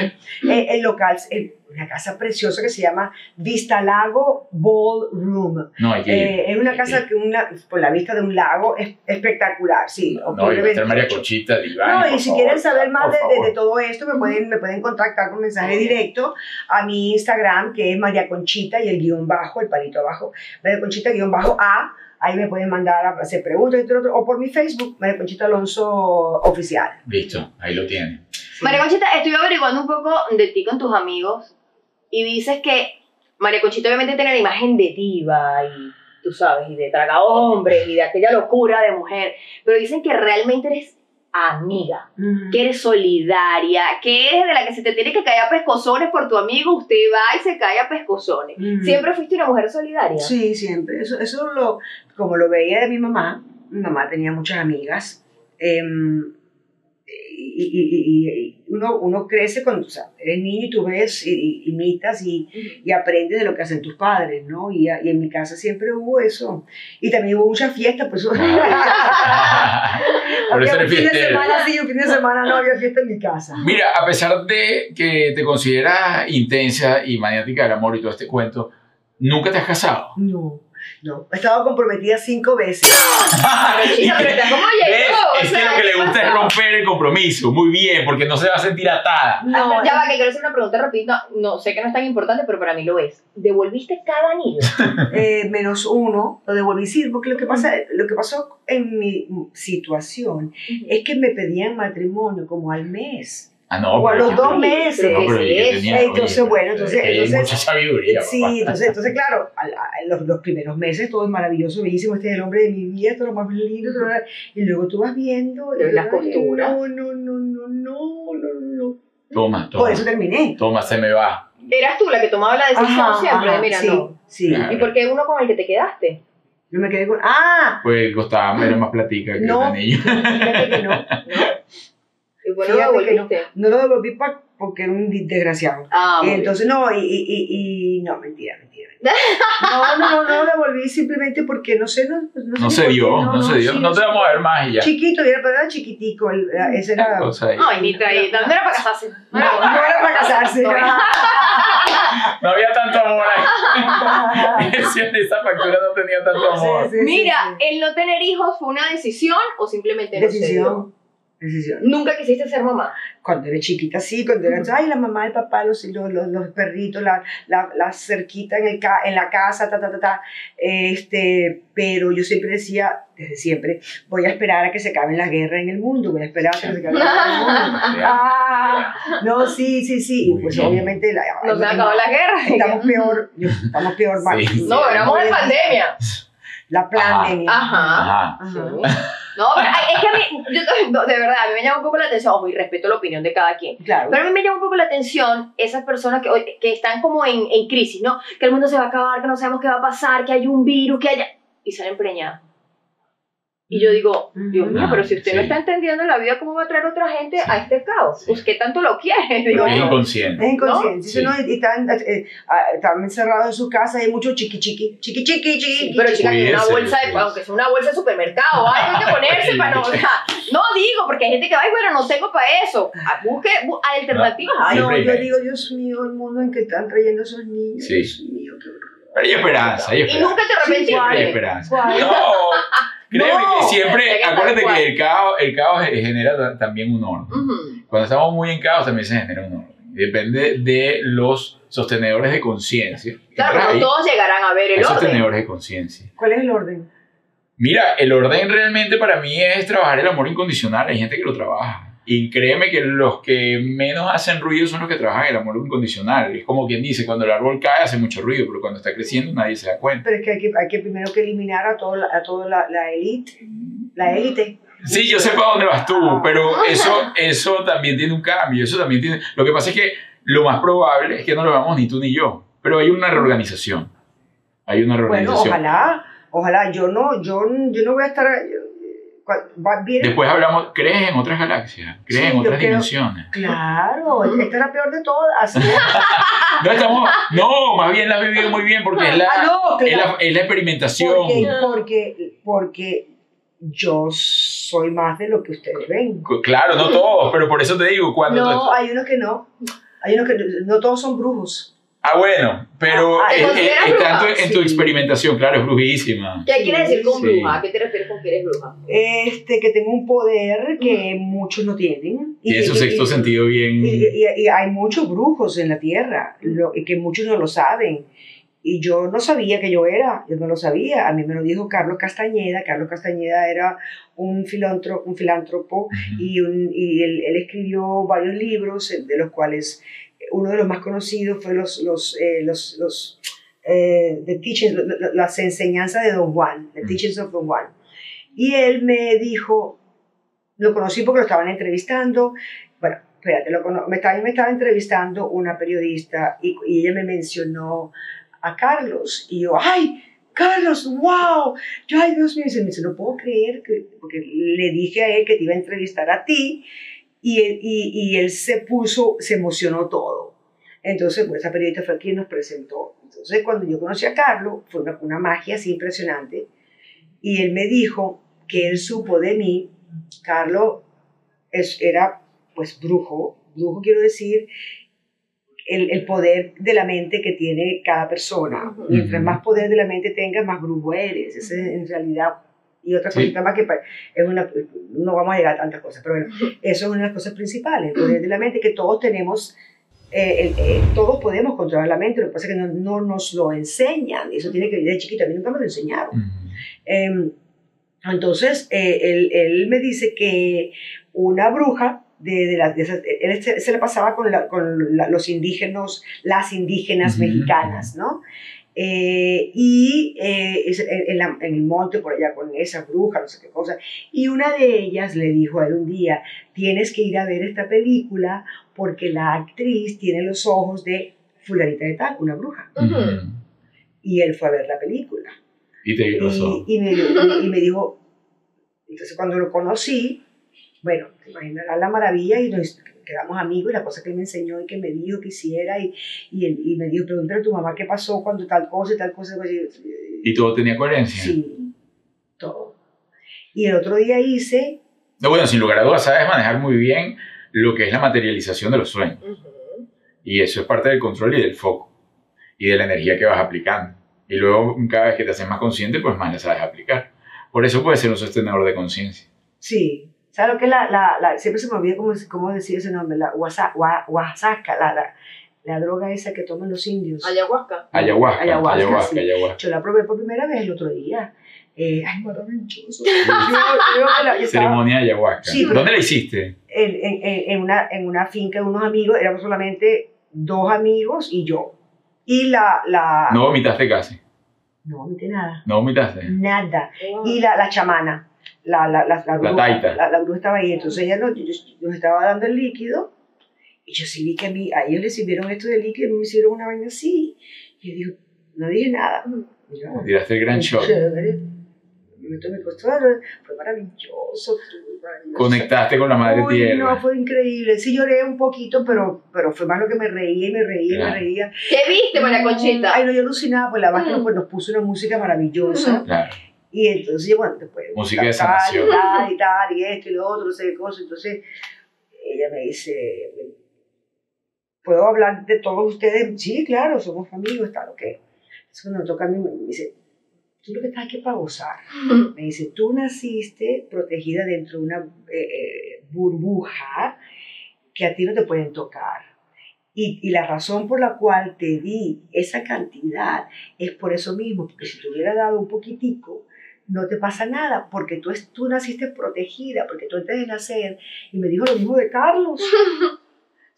Speaker 3: eh, el local, eh, una casa preciosa que se llama Vista Lago Ballroom.
Speaker 1: No, hay que ir.
Speaker 3: Eh, es una casa que una, por la vista de un lago es espectacular, sí.
Speaker 1: no,
Speaker 3: octubre
Speaker 1: y va a estar María
Speaker 3: 28.
Speaker 1: Conchita, Diván.
Speaker 3: No, y
Speaker 1: por
Speaker 3: si
Speaker 1: favor,
Speaker 3: quieren saber más
Speaker 1: por
Speaker 3: de, de-
Speaker 1: favor.
Speaker 3: de todo esto, me pueden, me pueden contactar con mensaje directo a mi Instagram, que es María Conchita y el guión bajo, el palito abajo, María Conchita guión bajo A. Ahí me pueden mandar a hacer preguntas, entre otros, o por mi Facebook, María Conchita Alonso Oficial.
Speaker 1: Listo, ahí lo tienen.
Speaker 2: María Conchita, estoy averiguando un poco de ti con tus amigos y dices que María Conchita obviamente tiene la imagen de diva y tú sabes, y de traga hombres y de aquella locura de mujer, pero dicen que realmente eres amiga, que eres solidaria, que eres de la que se te tiene que caer a pescozones por tu amigo, usted va y se cae a pescozones.
Speaker 3: Mm.
Speaker 2: ¿Siempre fuiste una mujer solidaria?
Speaker 3: Sí, siempre. Eso, eso lo, como lo veía de mi mamá, mi mamá tenía muchas amigas. em, y, y- y- y uno, uno crece cuando o sea, eres niño y tú ves, y, y- imitas y, y aprendes de lo que hacen tus padres, ¿no? Y, a- y en mi casa siempre hubo eso. Y también hubo muchas fiestas, pues.
Speaker 1: Por eso
Speaker 3: Había
Speaker 1: eres
Speaker 3: un fin de
Speaker 1: fiestero.
Speaker 3: semana sí, un fin de semana no había fiesta en mi casa.
Speaker 1: Mira, a pesar de que te consideras intensa y maniática del amor y todo este cuento, nunca te has casado.
Speaker 3: No, no. He estado comprometida cinco veces.
Speaker 2: Conchita, pero está como
Speaker 1: ¿Ves?
Speaker 2: llegó, o
Speaker 1: Es que
Speaker 2: sea,
Speaker 1: lo que le
Speaker 2: ¿qué
Speaker 1: gusta es
Speaker 2: pasó?
Speaker 1: romper el compromiso. Muy bien, porque no se va a sentir atada.
Speaker 2: Ah, ya va, que quiero hacer una pregunta rapidita. No, sé que no es tan importante, pero para mí lo es. ¿Devolviste cada anillo?
Speaker 3: eh, menos uno, lo devolví sí, porque lo que, pasa, lo que pasó en mi situación es que me pedían matrimonio como al mes.
Speaker 1: Ah, no,
Speaker 3: o a
Speaker 1: pero
Speaker 3: los
Speaker 1: yo-
Speaker 3: dos
Speaker 2: pero-
Speaker 3: meses.
Speaker 1: No, pero yo
Speaker 2: Eso.
Speaker 1: tenía-
Speaker 3: Entonces,
Speaker 1: oye,
Speaker 3: bueno, entonces-
Speaker 1: es que hay
Speaker 3: entonces-
Speaker 1: mucha sabiduría.
Speaker 3: Sí,
Speaker 1: papá.
Speaker 3: entonces, entonces claro, a la- a los, los primeros meses todo es maravilloso, bellísimo, este es el hombre de mi vida, esto es lo más lindo, esto es lo- y luego tú vas viendo... y
Speaker 2: Pero las
Speaker 3: ay,
Speaker 2: costuras.
Speaker 3: No, no, no, no, no, no, no.
Speaker 1: Toma,
Speaker 3: Por
Speaker 1: toma.
Speaker 3: eso terminé.
Speaker 1: Toma, se me va.
Speaker 2: Eras tú la que tomaba la decisión
Speaker 3: Ajá,
Speaker 2: siempre,
Speaker 3: ajá,
Speaker 2: mira,
Speaker 3: sí,
Speaker 2: no.
Speaker 3: sí.
Speaker 1: Claro.
Speaker 2: ¿Y por qué uno con el que te quedaste?
Speaker 3: Yo me quedé con... ¡Ah!
Speaker 1: Pues costaba, era más platica que
Speaker 3: No.
Speaker 1: el anillo.
Speaker 3: Fíjate que no.
Speaker 2: ¿Y por qué lo
Speaker 3: Fíjate que no.
Speaker 2: devolviste?
Speaker 3: No lo devolví pa- porque era un desgraciado.
Speaker 2: Ah,
Speaker 3: Y
Speaker 2: muy bien.
Speaker 3: entonces, no, y, y- y- y- no, mentira, mentira. mentira. No, no, no, no la volví simplemente porque no sé, no, pues, no sé
Speaker 1: No
Speaker 3: ni
Speaker 1: se
Speaker 3: por
Speaker 1: dio,
Speaker 3: qué,
Speaker 1: no, se dio.
Speaker 3: sí,
Speaker 1: no te
Speaker 3: sé.
Speaker 1: vamos a ver más y ya.
Speaker 3: Chiquito, era, pero era chiquitico, el- era- ese era...
Speaker 1: Ah, O sea,
Speaker 2: Ay, ni traída. No era para casarse.
Speaker 3: ah, No, no era para casarse.
Speaker 2: No.
Speaker 3: era-
Speaker 1: No había tanto amor ahí. Esa factura no tenía tanto amor.
Speaker 3: Sí, sí,
Speaker 2: Mira,
Speaker 3: sí,
Speaker 2: el no tener hijos fue una decisión o simplemente
Speaker 3: sí.
Speaker 2: no se dio?
Speaker 3: Decisión. Decisión.
Speaker 2: Nunca quisiste ser mamá.
Speaker 3: Cuando era chiquita, sí, cuando era. Ay, la mamá, el papá, los, los, los, los perritos, la, la, la cerquita en, el ca- en la casa, ta, ta, ta, ta. Este, pero yo siempre decía, desde siempre, voy a esperar a que se acaben las guerras en el mundo, voy a esperar a que se acaben las guerras en el mundo. Ah, no, sí, sí, sí. Y
Speaker 1: Muy
Speaker 3: pues
Speaker 1: bien.
Speaker 3: obviamente. La,
Speaker 2: No se
Speaker 3: la-
Speaker 2: acabó la guerra.
Speaker 3: Estamos peor, estamos peor, mal.
Speaker 1: Sí.
Speaker 2: No, éramos de pandemia.
Speaker 3: La pandemia.
Speaker 2: Ajá.
Speaker 1: Ajá.
Speaker 2: Sí. No, pero ay, es que a mí, yo to- no, de verdad, a mí me llama un poco la atención, ojo, y respeto la opinión de cada quien,
Speaker 3: Claro.
Speaker 2: pero a mí me llama un poco la atención esas personas que, hoy- que están como en, en crisis, ¿no? Que el mundo se va a acabar, que no sabemos qué va a pasar, que hay un virus, que haya... Y salen preñadas. Y yo digo, Dios mío, pero si usted no
Speaker 1: Sí.
Speaker 2: está entendiendo la vida, ¿cómo va a traer otra gente a este caos? Pues, ¿qué tanto lo quiere? Digo,
Speaker 1: Pero es
Speaker 3: Bueno.
Speaker 1: inconsciente.
Speaker 3: Es inconsciente,
Speaker 1: Sí.
Speaker 3: ¿no? Y están, eh, ah, están encerrados en su casa y hay mucho chiqui chiqui, chiqui chiqui, chiqui.
Speaker 2: Sí, pero chicas, que una
Speaker 1: Cuídese,
Speaker 2: bolsa de,
Speaker 1: cuídese.
Speaker 2: aunque sea una bolsa de supermercado, algo hay que ponerse para no, o sea, no digo, porque hay gente que va, ay, bueno, no tengo para eso. Ah, Busque bu- alternativas.
Speaker 1: No,
Speaker 2: Ay,
Speaker 3: no,
Speaker 1: Siempre
Speaker 3: yo
Speaker 1: hay.
Speaker 3: digo, Dios mío, el mundo en que están trayendo esos niños.
Speaker 1: Sí.
Speaker 3: Dios mío, qué horror.
Speaker 1: Pero hay esperanza, hay
Speaker 2: y
Speaker 1: esperanza.
Speaker 2: nunca te arrepentiste.
Speaker 1: Siempre hay esperanza. No, créeme
Speaker 3: No.
Speaker 1: que siempre,
Speaker 2: Llega tal
Speaker 1: acuérdate
Speaker 2: cual.
Speaker 1: que el caos, el caos genera ta- también un orden.
Speaker 2: Ujú.
Speaker 1: Cuando estamos muy en caos también se genera un orden. Depende de los sostenedores de conciencia.
Speaker 2: Claro,
Speaker 1: Hay-
Speaker 2: no todos llegarán a ver
Speaker 1: hay
Speaker 2: el orden.
Speaker 1: sostenedores de conciencia.
Speaker 3: ¿Cuál es el orden?
Speaker 1: Mira, el orden realmente para mí es trabajar el amor incondicional. Hay gente que lo trabaja. Y créeme que los que menos hacen ruido son los que trabajan el amor incondicional. Es como quien dice, cuando el árbol cae hace mucho ruido, pero cuando está creciendo nadie se da cuenta.
Speaker 3: Pero es que hay que, hay que primero que eliminar a toda a toda la, la élite, la élite.
Speaker 1: Sí, yo sé para dónde vas tú, pero eso, eso también tiene un cambio. Eso también tiene... Lo que pasa es que lo más probable es que no lo hagamos ni tú ni yo, pero hay una reorganización. Hay una
Speaker 3: Bueno,
Speaker 1: reorganización.
Speaker 3: ojalá, ojalá, yo no, yo, yo no voy a estar, yo- cua- va- viene-
Speaker 1: Después hablamos, crees en otras galaxias, crees
Speaker 3: Sí,
Speaker 1: en
Speaker 3: yo
Speaker 1: otras
Speaker 3: creo-
Speaker 1: dimensiones.
Speaker 3: Claro, esta es la peor de todas. así es.
Speaker 1: No estamos, no, más bien la has vivido muy bien porque es la,
Speaker 3: Ah, no,
Speaker 1: es la,
Speaker 3: claro.
Speaker 1: es la experimentación.
Speaker 3: Porque, porque, porque yo soy más de lo que ustedes ven.
Speaker 1: Cu- Claro, no todos, pero por eso te digo, cuando tú-
Speaker 3: No, hay unos que no. Hay unos que no, no todos son brujos.
Speaker 1: Ah, bueno, pero
Speaker 3: Ah, ah,
Speaker 1: es-
Speaker 2: ¿te
Speaker 1: es-
Speaker 2: consideras
Speaker 1: está en tu,
Speaker 3: bruja?
Speaker 1: en tu
Speaker 3: Sí.
Speaker 1: experimentación, claro, es brujísima.
Speaker 2: ¿Qué quieres decir con
Speaker 1: Sí.
Speaker 2: bruja? ¿A qué te refieres con que eres bruja?
Speaker 3: Este, que tengo un poder que muchos no tienen.
Speaker 1: Tiene su
Speaker 3: que-
Speaker 1: sexto
Speaker 3: y-
Speaker 1: sentido bien.
Speaker 3: Y, y- y hay muchos brujos en la tierra, lo- y que muchos no lo saben. Y yo no sabía que yo era, yo no lo sabía. A mí me lo dijo Carlos Castañeda. Carlos Castañeda era un filántropo, un filántropo
Speaker 1: Mm.
Speaker 3: y, un- y él, él escribió varios libros, eh, de los cuales eh, uno de los más conocidos fue los, los, eh, los, los, eh, the teachings, lo- lo- las enseñanzas de Don Juan, The Teachings of Don Juan. Y él me dijo, lo conocí porque lo estaban entrevistando, bueno, espérate, lo cono- me, estaba, me estaba entrevistando una periodista y, y ella me mencionó a Carlos y yo, ¡ay! Carlos, wow, yo, ay Dios mío, y se me dice, no puedo creer, que, porque le dije a él que te iba a entrevistar a ti y él, y, y él se puso, se emocionó todo. Entonces, pues esa periodista fue quien nos presentó. Entonces, cuando yo conocí a Carlos, fue una, una magia así impresionante y él me dijo que él supo de mí, Carlos es, era pues brujo, brujo quiero decir, el, el poder de la mente que tiene cada persona.
Speaker 2: Ujú.
Speaker 3: Mientras
Speaker 1: Ujú.
Speaker 3: más poder de la mente tengas, más brujo eres. Esa es en realidad. Y otra
Speaker 1: Sí.
Speaker 3: cosita más que pa- es una, no vamos a llegar a tantas cosas, pero bueno, eso es una de las cosas principales, el poder de la mente, que todos tenemos, eh, el- eh, todos podemos controlar la mente, lo que pasa es que no, no nos lo enseñan, y eso tiene que venir de chiquita, a mí nunca me lo enseñaron.
Speaker 1: Ujú.
Speaker 3: Em, entonces, eh, él, él me dice que una bruja de, de las... de esas- él se, se la pasaba con, la- con la- los indígenas, las indígenas
Speaker 1: Ujú.
Speaker 3: mexicanas, ¿no? Eh, y eh, es- en, en la- en el monte por allá con esa bruja, no sé qué cosa. Y una de ellas le dijo a él un día, tienes que ir a ver esta película porque la actriz tiene los ojos de fulanita de tal, una bruja.
Speaker 2: Ujú.
Speaker 1: Ujú.
Speaker 3: Y él fue a ver la película.
Speaker 1: Mm. Y te vi los ojos.
Speaker 3: Y, y me, y- y me dijo, entonces cuando lo conocí, bueno, te imaginarás la maravilla y nos quedamos amigos y la cosa que él me enseñó y que me dijo que hiciera y, y, él- y me dijo, pregúntale a tu mamá qué pasó cuando tal cosa y tal cosa. pues, y-
Speaker 1: Y todo tenía coherencia.
Speaker 3: sí, todo. Y el otro día hice,
Speaker 1: No, bueno, sin lugar a dudas, sabes manejar muy bien lo que es la materialización de los sueños.
Speaker 2: Ujú.
Speaker 1: Y eso es parte del control y del foco. y de la energía que vas aplicando. Y luego, cada vez que te haces más consciente, pues más la sabes aplicar. Por eso puede ser un sostenedor de conciencia.
Speaker 3: Sí. ¿Sabes lo que es la, la, la- Siempre se me olvida cómo, cómo decir ese nombre, la wasa- wa- Oaxaca, la, la, la droga esa que toman los indios.
Speaker 2: Ah,
Speaker 9: Ayahuasca.
Speaker 1: Ayahuasca, ayahuasca,
Speaker 3: Ayahuasca,
Speaker 1: ayahuasca.
Speaker 3: sí. Yo la probé por primera vez el otro día. Eh, ay, maravilloso. Yo, yo me la- yo estaba
Speaker 1: Ceremonia de ayahuasca.
Speaker 3: Sí, pero-
Speaker 1: ¿Dónde la hiciste?
Speaker 3: en, en- en- en una, en una finca de unos amigos, éramos solamente dos amigos y yo. Y la... la
Speaker 1: No vomitaste casi.
Speaker 3: no vomité nada.
Speaker 1: No vomitaste.
Speaker 3: Nada. y
Speaker 9: Y
Speaker 3: la, la chamana, la, la, la, la bruja,
Speaker 1: taita.
Speaker 3: La, la bruja estaba ahí, entonces ella nos, yo- nos estaba dando el líquido y yo sí vi que a, mí, a ellos les sirvieron esto de líquido y me hicieron una vaina así. Y yo digo, no dije nada. Y yo, "Ah,
Speaker 1: Tiraste el gran shock.
Speaker 3: chévere. Me tomé costado, fue maravilloso. fue maravilloso.
Speaker 1: Conectaste con la madre
Speaker 3: Uy,
Speaker 1: tierra.
Speaker 3: no, fue increíble. Sí lloré un poquito, pero, pero fue más lo que me reía y me reía y
Speaker 1: Claro.
Speaker 3: me reía.
Speaker 9: ¿Qué viste, María Conchita?
Speaker 3: Ay, no, yo alucinaba, pues la verdad es
Speaker 9: Mm.
Speaker 3: que nos- pues, nos puso una música maravillosa.
Speaker 1: Claro.
Speaker 3: Y entonces, bueno, después.
Speaker 1: Música de
Speaker 3: tal, tal,
Speaker 1: sanación.
Speaker 3: Y tal, y tal, y esto y lo otro, no sé qué cosa. Entonces, ella me dice: ¿Puedo hablar de todos ustedes? Sí, claro, somos amigos, tal, ok. Entonces, cuando me toca a mí, me dice: Tú lo que estás aquí es para gozar. Me dice: Tú naciste protegida dentro de una eh, eh, burbuja que a ti no te pueden tocar. Y, y la razón por la cual te di esa cantidad es por eso mismo, porque si te hubiera dado un poquitico, no te pasa nada, porque tú, es, tú naciste protegida, porque tú antes de nacer, y me dijo lo mismo de Carlos,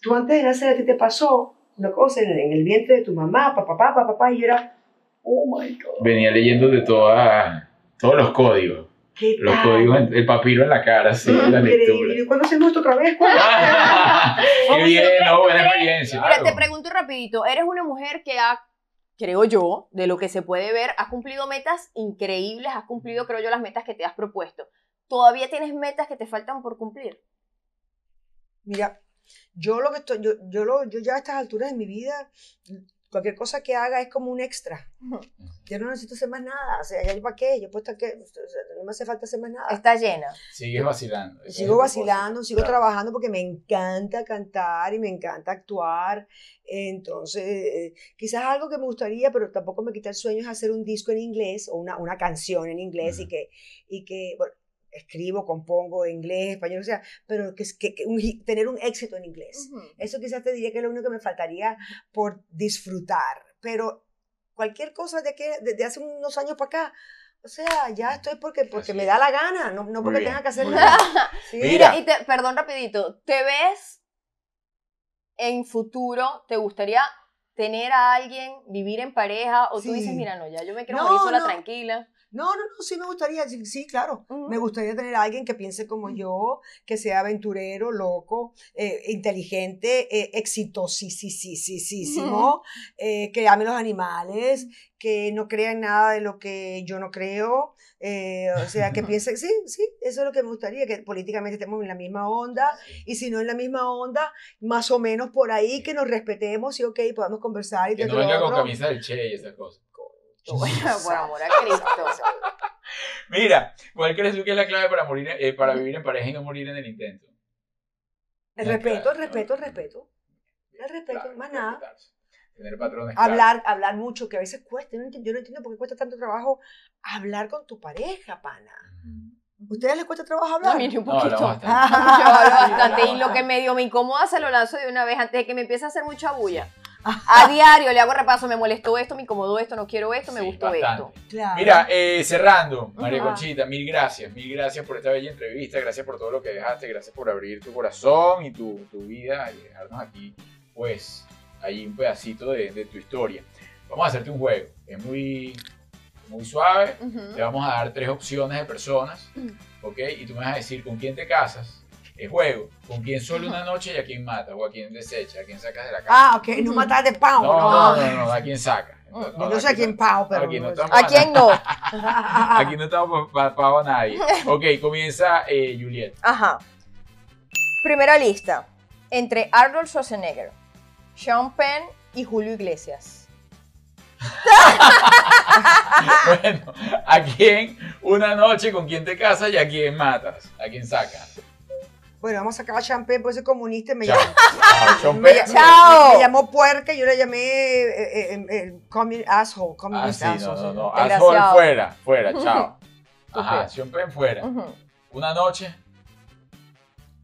Speaker 3: tú antes de nacer a ti te pasó una cosa en, en el vientre de tu mamá, papá, papá, papá, y yo era, oh my God,
Speaker 1: Venía leyendo de toda, todos los códigos.
Speaker 3: ¿qué
Speaker 1: Los
Speaker 3: tal?
Speaker 1: códigos, en- el papiro en la cara, sí, la
Speaker 3: Increíble.
Speaker 1: lectura.
Speaker 3: ¿Y ¿Cuándo hacemos esto otra vez? ¿Cuándo?
Speaker 1: ¡Qué bien! No, buena experiencia.
Speaker 2: Mira, te
Speaker 1: claro.
Speaker 2: pregunto rapidito, eres una mujer que ha, creo yo, de lo que se puede ver, has cumplido metas increíbles, has cumplido, creo yo, las metas que te has propuesto. ¿Todavía tienes metas que te faltan por cumplir?
Speaker 10: Mira, yo lo que estoy, yo, yo, lo, yo ya a estas alturas de mi vida, cualquier cosa que haga es como un extra. Yo no necesito hacer más nada. O sea, ya yo para qué, yo puedo estar que, o sea, no me hace falta hacer más nada.
Speaker 2: Está llena.
Speaker 1: Sigues vacilando. ¿eh? Ese es el
Speaker 10: Sigo vacilando,
Speaker 1: propósito.
Speaker 10: sigo
Speaker 1: Claro.
Speaker 10: trabajando porque me encanta cantar y me encanta actuar. Entonces, eh, quizás algo que me gustaría, pero tampoco me quita el sueño, es hacer un disco en inglés o una, una canción en inglés y
Speaker 1: Ujú.
Speaker 10: que, y que bueno, escribo, compongo en inglés, español, o sea, pero que, es- que, que un hi- tener un éxito en inglés. Eso quizás te diría que es lo único que me faltaría por disfrutar. Pero cualquier cosa de que desde hace unos años para acá, o sea, ya estoy porque, porque
Speaker 1: Así
Speaker 10: me
Speaker 1: es.
Speaker 10: da la gana, no, no
Speaker 1: Muy
Speaker 10: porque
Speaker 1: bien,
Speaker 10: tenga que hacer
Speaker 1: muy
Speaker 10: nada. Sí.
Speaker 2: Mira, y te, perdón rapidito, ¿te ves en futuro, te gustaría tener a alguien, vivir en pareja, o tú
Speaker 10: Sí.
Speaker 2: dices, mira, no, ya yo me quiero
Speaker 10: No,
Speaker 2: morir sola,
Speaker 10: no.
Speaker 2: tranquila?
Speaker 10: No, no, no, sí me gustaría, sí, sí, claro.
Speaker 2: Ujú.
Speaker 10: Me gustaría tener a alguien que piense
Speaker 1: Mm.
Speaker 10: como yo, que sea aventurero, loco, eh, inteligente, eh, exitosísimo, eh, que ame los
Speaker 1: Mm.
Speaker 10: animales, que no crea en nada de lo que yo no creo. eh, o sea, que piense, sí, sí, eso es lo que me gustaría, que políticamente estemos en la misma onda y si no en la misma onda, más o menos por ahí, que nos respetemos y, ok, podamos conversar y
Speaker 1: Que
Speaker 10: todo
Speaker 1: no venga
Speaker 10: lo
Speaker 1: con
Speaker 10: otro.
Speaker 1: camisa del Che y esas cosas.
Speaker 2: Por amor a Cristo.
Speaker 1: Mira, ¿cuál crees tú que es la clave para, morir, eh, para vivir en pareja y no morir en el intento?
Speaker 10: El
Speaker 1: Ya,
Speaker 10: respeto,
Speaker 1: claro,
Speaker 10: el respeto, el
Speaker 1: claro.
Speaker 10: respeto. El respeto,
Speaker 1: Claro,
Speaker 10: más nada.
Speaker 1: respetarse. Tener patrones. claros.
Speaker 10: Hablar, hablar mucho, que a veces cuesta. Yo no, entiendo, yo no entiendo por qué cuesta tanto trabajo hablar con tu pareja, pana. ¿Ustedes les cuesta trabajo
Speaker 2: No,
Speaker 10: hablar?
Speaker 2: a mí ni un
Speaker 1: No,
Speaker 2: poquito.
Speaker 1: hablamos bastante.
Speaker 2: Yo hablo bastante y
Speaker 1: hablamos
Speaker 2: lo que medio me incomoda se lo lanzo de una vez antes de que me empiece a hacer mucha bulla. A diario le hago repaso, me molestó esto, me incomodó esto, no quiero esto, Ah, me
Speaker 1: Sí,
Speaker 2: gustó
Speaker 1: bastante.
Speaker 2: esto.
Speaker 10: Claro.
Speaker 1: Mira, eh, cerrando, María
Speaker 10: Ajá.
Speaker 1: Conchita, mil gracias, mil gracias por esta bella entrevista, gracias por todo lo que dejaste, gracias por abrir tu corazón y tu, tu vida y dejarnos aquí, pues, ahí un pedacito de, de tu historia. Vamos a hacerte un juego, es muy, muy suave, te
Speaker 2: Ujú.
Speaker 1: vamos a dar tres opciones de personas, ¿ok? Y tú me vas a decir con quién te casas, es juego, con quién solo una noche y a quién mata, o a quién desecha, a quién sacas de la casa.
Speaker 10: Ah, ok, no matar de pavo,
Speaker 1: no,
Speaker 10: ¿no?
Speaker 1: no, no, no, a quién sacas. Entonces,
Speaker 10: Yo
Speaker 1: la
Speaker 10: no sé a
Speaker 1: que
Speaker 10: quién
Speaker 1: saca.
Speaker 10: pavo, pero. pues.
Speaker 1: Aquí no
Speaker 10: no
Speaker 1: estamos
Speaker 2: ¿A quién no?
Speaker 1: Aquí no estamos para a nadie. Ok, comienza eh, Juliet.
Speaker 2: Ajá. Primera lista. Entre Arnold Schwarzenegger, Sean Penn y Julio Iglesias.
Speaker 1: Bueno, ¿a quién una noche con quién te casas y a quién matas? ¿A quién sacas?
Speaker 3: Bueno, vamos a sacar a Champagne,
Speaker 10: pues
Speaker 3: por eso es comunista y me
Speaker 1: Chao.
Speaker 3: llama.
Speaker 1: Ah, son
Speaker 3: Me,
Speaker 1: pe-
Speaker 3: ll-
Speaker 2: Chao.
Speaker 3: me- me llamó puerca y yo le llamé eh, eh,
Speaker 10: em,
Speaker 3: eh, eh, commun- asshole,
Speaker 1: Ah,
Speaker 3: communist
Speaker 1: sí, no,
Speaker 3: asshole.
Speaker 1: no, no.
Speaker 2: Desgraciado.
Speaker 1: Asshole fuera, fuera, chao. Ajá,
Speaker 2: Estúpido.
Speaker 1: siempre en fuera.
Speaker 2: Ujú.
Speaker 1: Una noche.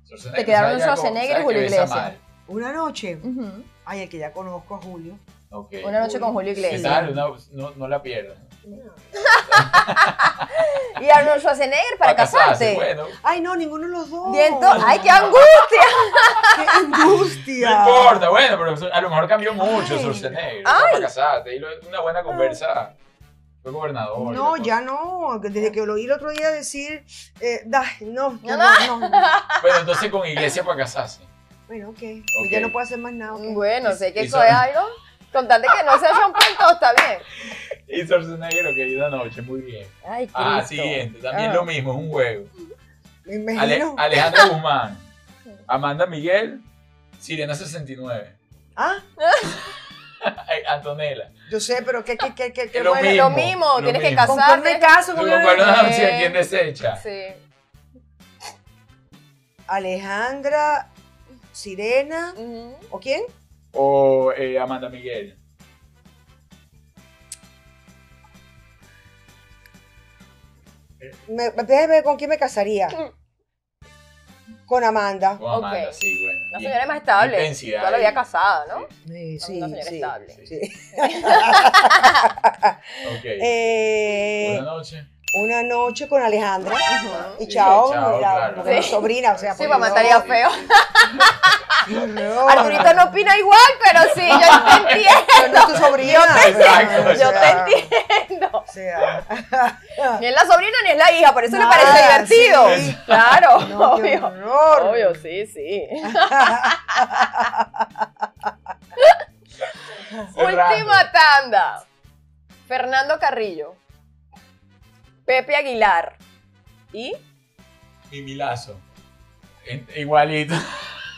Speaker 1: Schwarzenegger,
Speaker 2: Te quedaron
Speaker 1: ¿sabes ya cómo-
Speaker 2: Schwarzenegger y
Speaker 1: sabes que
Speaker 2: Julio
Speaker 1: besa
Speaker 2: Iglesias.
Speaker 1: mal?
Speaker 3: Una noche,
Speaker 2: Ujú.
Speaker 3: ay, el que ya conozco a Julio.
Speaker 1: Ok.
Speaker 2: Una noche con Julio
Speaker 1: ¿Qué
Speaker 2: Iglesias.
Speaker 1: tal? Una- no, no la pierdas.
Speaker 2: Y Arnold Schwarzenegger para casarte.
Speaker 1: Bueno,
Speaker 3: Ay, no, ninguno de los dos.
Speaker 2: Y entonces- ¡Ay, qué angustia!
Speaker 3: ¡Qué angustia!
Speaker 1: no importa, bueno, pero eso- a lo mejor cambió mucho
Speaker 3: Ay.
Speaker 1: Schwarzenegger.
Speaker 2: Ay.
Speaker 1: Para casarte. Y lo- una buena conversa. Fue gobernador. y
Speaker 3: No,
Speaker 1: la
Speaker 3: ya no. Desde que lo oí el otro día decir, eh, da, no, no, no, no.
Speaker 1: cosa. Bueno, entonces con Iglesias para casarse.
Speaker 3: Bueno, ok.
Speaker 1: Ok.
Speaker 3: Ya no puedo hacer más nada. ok.
Speaker 2: Bueno, sé que
Speaker 1: Y
Speaker 2: eso
Speaker 1: son-
Speaker 2: es algo. Con tal de que no sea champán, todo está bien.
Speaker 1: Y Schwarzenegger, ok, una noche, muy bien.
Speaker 2: Ay,
Speaker 1: Ah,
Speaker 2: Cristo.
Speaker 1: siguiente, también
Speaker 2: Ah.
Speaker 1: lo mismo, es un juego.
Speaker 3: Me
Speaker 1: Ale-
Speaker 3: imagino.
Speaker 1: Alejandro Guzmán, Amanda Miguel, Sirena 69,
Speaker 3: Ah,
Speaker 1: Ay, Antonela.
Speaker 3: yo sé, pero ¿qué, qué, qué, qué? qué
Speaker 1: Es lo
Speaker 3: buena-
Speaker 1: mismo.
Speaker 2: Lo mismo,
Speaker 1: lo
Speaker 2: tienes que
Speaker 1: mismo.
Speaker 3: ¿Con quién
Speaker 2: casarte.
Speaker 3: me caso?
Speaker 1: Luego
Speaker 3: ¿Con quién me-
Speaker 1: para una
Speaker 2: eh.
Speaker 1: noche, ¿quién desecha?
Speaker 2: Sí.
Speaker 3: Alejandra, Sirena,
Speaker 2: Ujú.
Speaker 3: ¿o quién?
Speaker 1: O eh, Amanda Miguel.
Speaker 3: Me, me- déjame ver con quién me casaría. Con Amanda.
Speaker 1: O Amanda,
Speaker 2: Ok.
Speaker 1: sí, bueno.
Speaker 2: Una
Speaker 1: Y-
Speaker 2: señora más estable.
Speaker 1: intensidad
Speaker 2: Toda la vida
Speaker 1: y-
Speaker 2: casada, ¿no?
Speaker 1: sí,
Speaker 3: Sí,
Speaker 2: Una señora estable.
Speaker 3: sí.
Speaker 1: Ok.
Speaker 3: Eh,
Speaker 1: una noche.
Speaker 3: una noche con Alejandra
Speaker 2: Ujú.
Speaker 3: y
Speaker 1: Sí,
Speaker 3: chao,
Speaker 1: chao,
Speaker 3: la-
Speaker 1: claro.
Speaker 3: porque es mi
Speaker 2: Sí.
Speaker 3: sobrina, o sea,
Speaker 2: Sí,
Speaker 3: por
Speaker 2: mamá,
Speaker 3: Dios.
Speaker 2: estaría feo.
Speaker 3: No.
Speaker 2: Arturito no opina igual, pero sí, yo te
Speaker 3: Pero no es
Speaker 2: entiendo.
Speaker 3: tu sobrina.
Speaker 2: Yo te-
Speaker 3: pero, o
Speaker 2: yo te
Speaker 3: sea,
Speaker 2: entiendo.
Speaker 3: O sea,
Speaker 2: Ni es la sobrina ni es la hija, por eso le
Speaker 3: Ah,
Speaker 2: parece divertido.
Speaker 3: sí.
Speaker 2: Claro,
Speaker 3: no, qué
Speaker 2: obvio.
Speaker 3: horror.
Speaker 2: Obvio, sí, sí. Última tanda. Fernando Carrillo. Pepe Aguilar. ¿Y?
Speaker 1: Mimilazo. En- Igualito.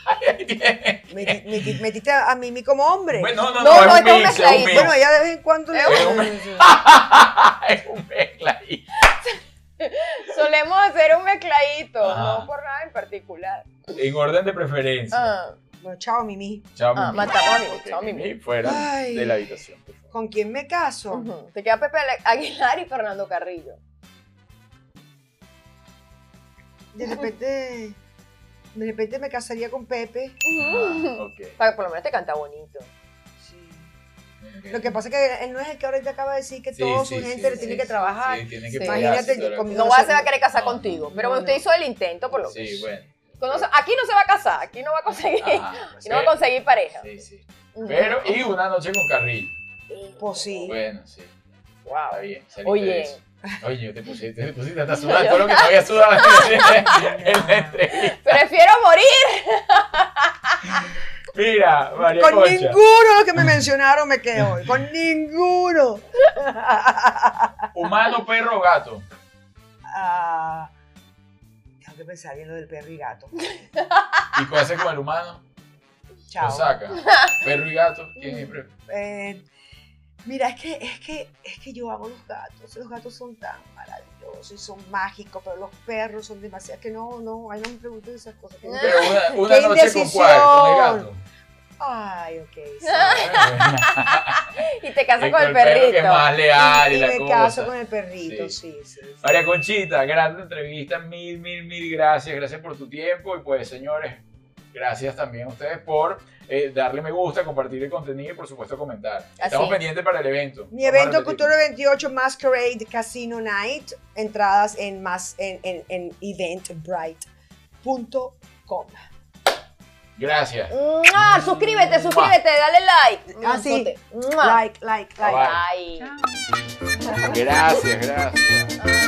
Speaker 3: Meti- meti- Metiste a a Mimi como hombre.
Speaker 1: Bueno, no, no,
Speaker 2: No, no,
Speaker 1: es
Speaker 2: está
Speaker 1: un mix, es un
Speaker 2: mezcladito.
Speaker 1: mix.
Speaker 3: Bueno, ella de vez en cuando
Speaker 1: Eh,
Speaker 3: le.
Speaker 2: Es
Speaker 1: es un mezcla ahí.
Speaker 2: Solemos hacer un mezcladito,
Speaker 1: Ajá.
Speaker 2: no por nada en particular.
Speaker 1: En orden de preferencia.
Speaker 2: Ah,
Speaker 3: Bueno, chao, Mimi.
Speaker 1: Chao,
Speaker 2: Ah,
Speaker 1: Mimi.
Speaker 2: matamos a Mimi,
Speaker 1: Ok,
Speaker 2: chao, Mimi.
Speaker 1: Fuera
Speaker 3: Ay.
Speaker 1: de la habitación, por favor.
Speaker 3: ¿Con quién me caso?
Speaker 2: ujú. Te queda Pepe Aguilar y Fernando Carrillo.
Speaker 3: De repente. De repente me casaría con Pepe.
Speaker 1: Ah, ok.
Speaker 2: Para que por lo menos te canta bonito.
Speaker 3: Lo que pasa es que él no es el que ahorita acaba de decir que
Speaker 1: Sí,
Speaker 3: todo
Speaker 1: sí,
Speaker 3: su
Speaker 1: sí,
Speaker 3: gente le
Speaker 1: sí,
Speaker 3: tiene
Speaker 1: sí,
Speaker 3: que trabajar.
Speaker 1: Sí, tiene que
Speaker 2: Sí.
Speaker 1: pegarse
Speaker 3: Imagínate,
Speaker 1: toda la
Speaker 3: conmigo
Speaker 1: cosa.
Speaker 2: No va a se va a querer casar
Speaker 1: No.
Speaker 2: contigo, pero
Speaker 3: No,
Speaker 2: bueno, usted
Speaker 3: no.
Speaker 2: hizo el intento por lo menos.
Speaker 1: Sí, bueno.
Speaker 2: No se- aquí no se va a casar, aquí no va a conseguir,
Speaker 1: Ajá, pues
Speaker 2: aquí no va a conseguir pareja.
Speaker 1: Sí, sí. Pero, y una noche con Carrillo.
Speaker 3: Pues sí.
Speaker 1: Bueno, sí.
Speaker 2: Wow.
Speaker 1: Está bien. saliste
Speaker 2: Oye.
Speaker 1: de eso. Oye, te pusiste, te pusiste hasta sudar todo lo que no había sudado en la entrevista.
Speaker 2: Prefiero morir.
Speaker 1: Mira, María
Speaker 3: Con
Speaker 1: Concha.
Speaker 3: ninguno de los que me mencionaron me quedo hoy. Con ninguno.
Speaker 1: Humano, perro o gato.
Speaker 3: Ah, tengo que pensar bien lo del perro y gato.
Speaker 1: ¿Y qué hace con el humano? Lo
Speaker 3: Chao.
Speaker 1: saca. Perro y gato. ¿Quién es? pre-
Speaker 3: Eh, mira, es que, es, que, es que yo amo los gatos. Los gatos son tan maravillosos y son mágicos, pero los perros son demasiado. Que no, no, ahí no me pregunten esas cosas. que no-
Speaker 1: Pero una, una
Speaker 3: ¡Qué
Speaker 1: noche con cuál? Con el gato.
Speaker 3: indecisión! Ay, ok. sí.
Speaker 1: Bueno,
Speaker 2: Y te casas
Speaker 1: Y
Speaker 2: con el
Speaker 1: perro Que es
Speaker 2: perrito.
Speaker 1: más leal y,
Speaker 3: Y
Speaker 1: la
Speaker 3: me
Speaker 1: cosa.
Speaker 3: caso con el perrito, sí, sí. sí.
Speaker 1: María Conchita, gran entrevista, mil, mil, mil gracias, gracias por tu tiempo y pues señores, gracias también a ustedes por eh, darle me gusta, compartir el contenido y por supuesto comentar. Estamos
Speaker 2: es.
Speaker 1: pendientes para el evento.
Speaker 3: Mi
Speaker 1: Vamos a
Speaker 3: evento
Speaker 1: repetirlo.
Speaker 3: Cultura 28 Masquerade Casino Night, entradas en, mas- en, en, en eventbrite.com.
Speaker 1: Gracias.
Speaker 2: ¡Mua! Suscríbete, suscríbete, dale like.
Speaker 3: Ah, sí.
Speaker 2: Besote. ¡Mua!
Speaker 3: Like, like, like.
Speaker 1: Bye.
Speaker 2: Bye.
Speaker 1: Gracias, gracias.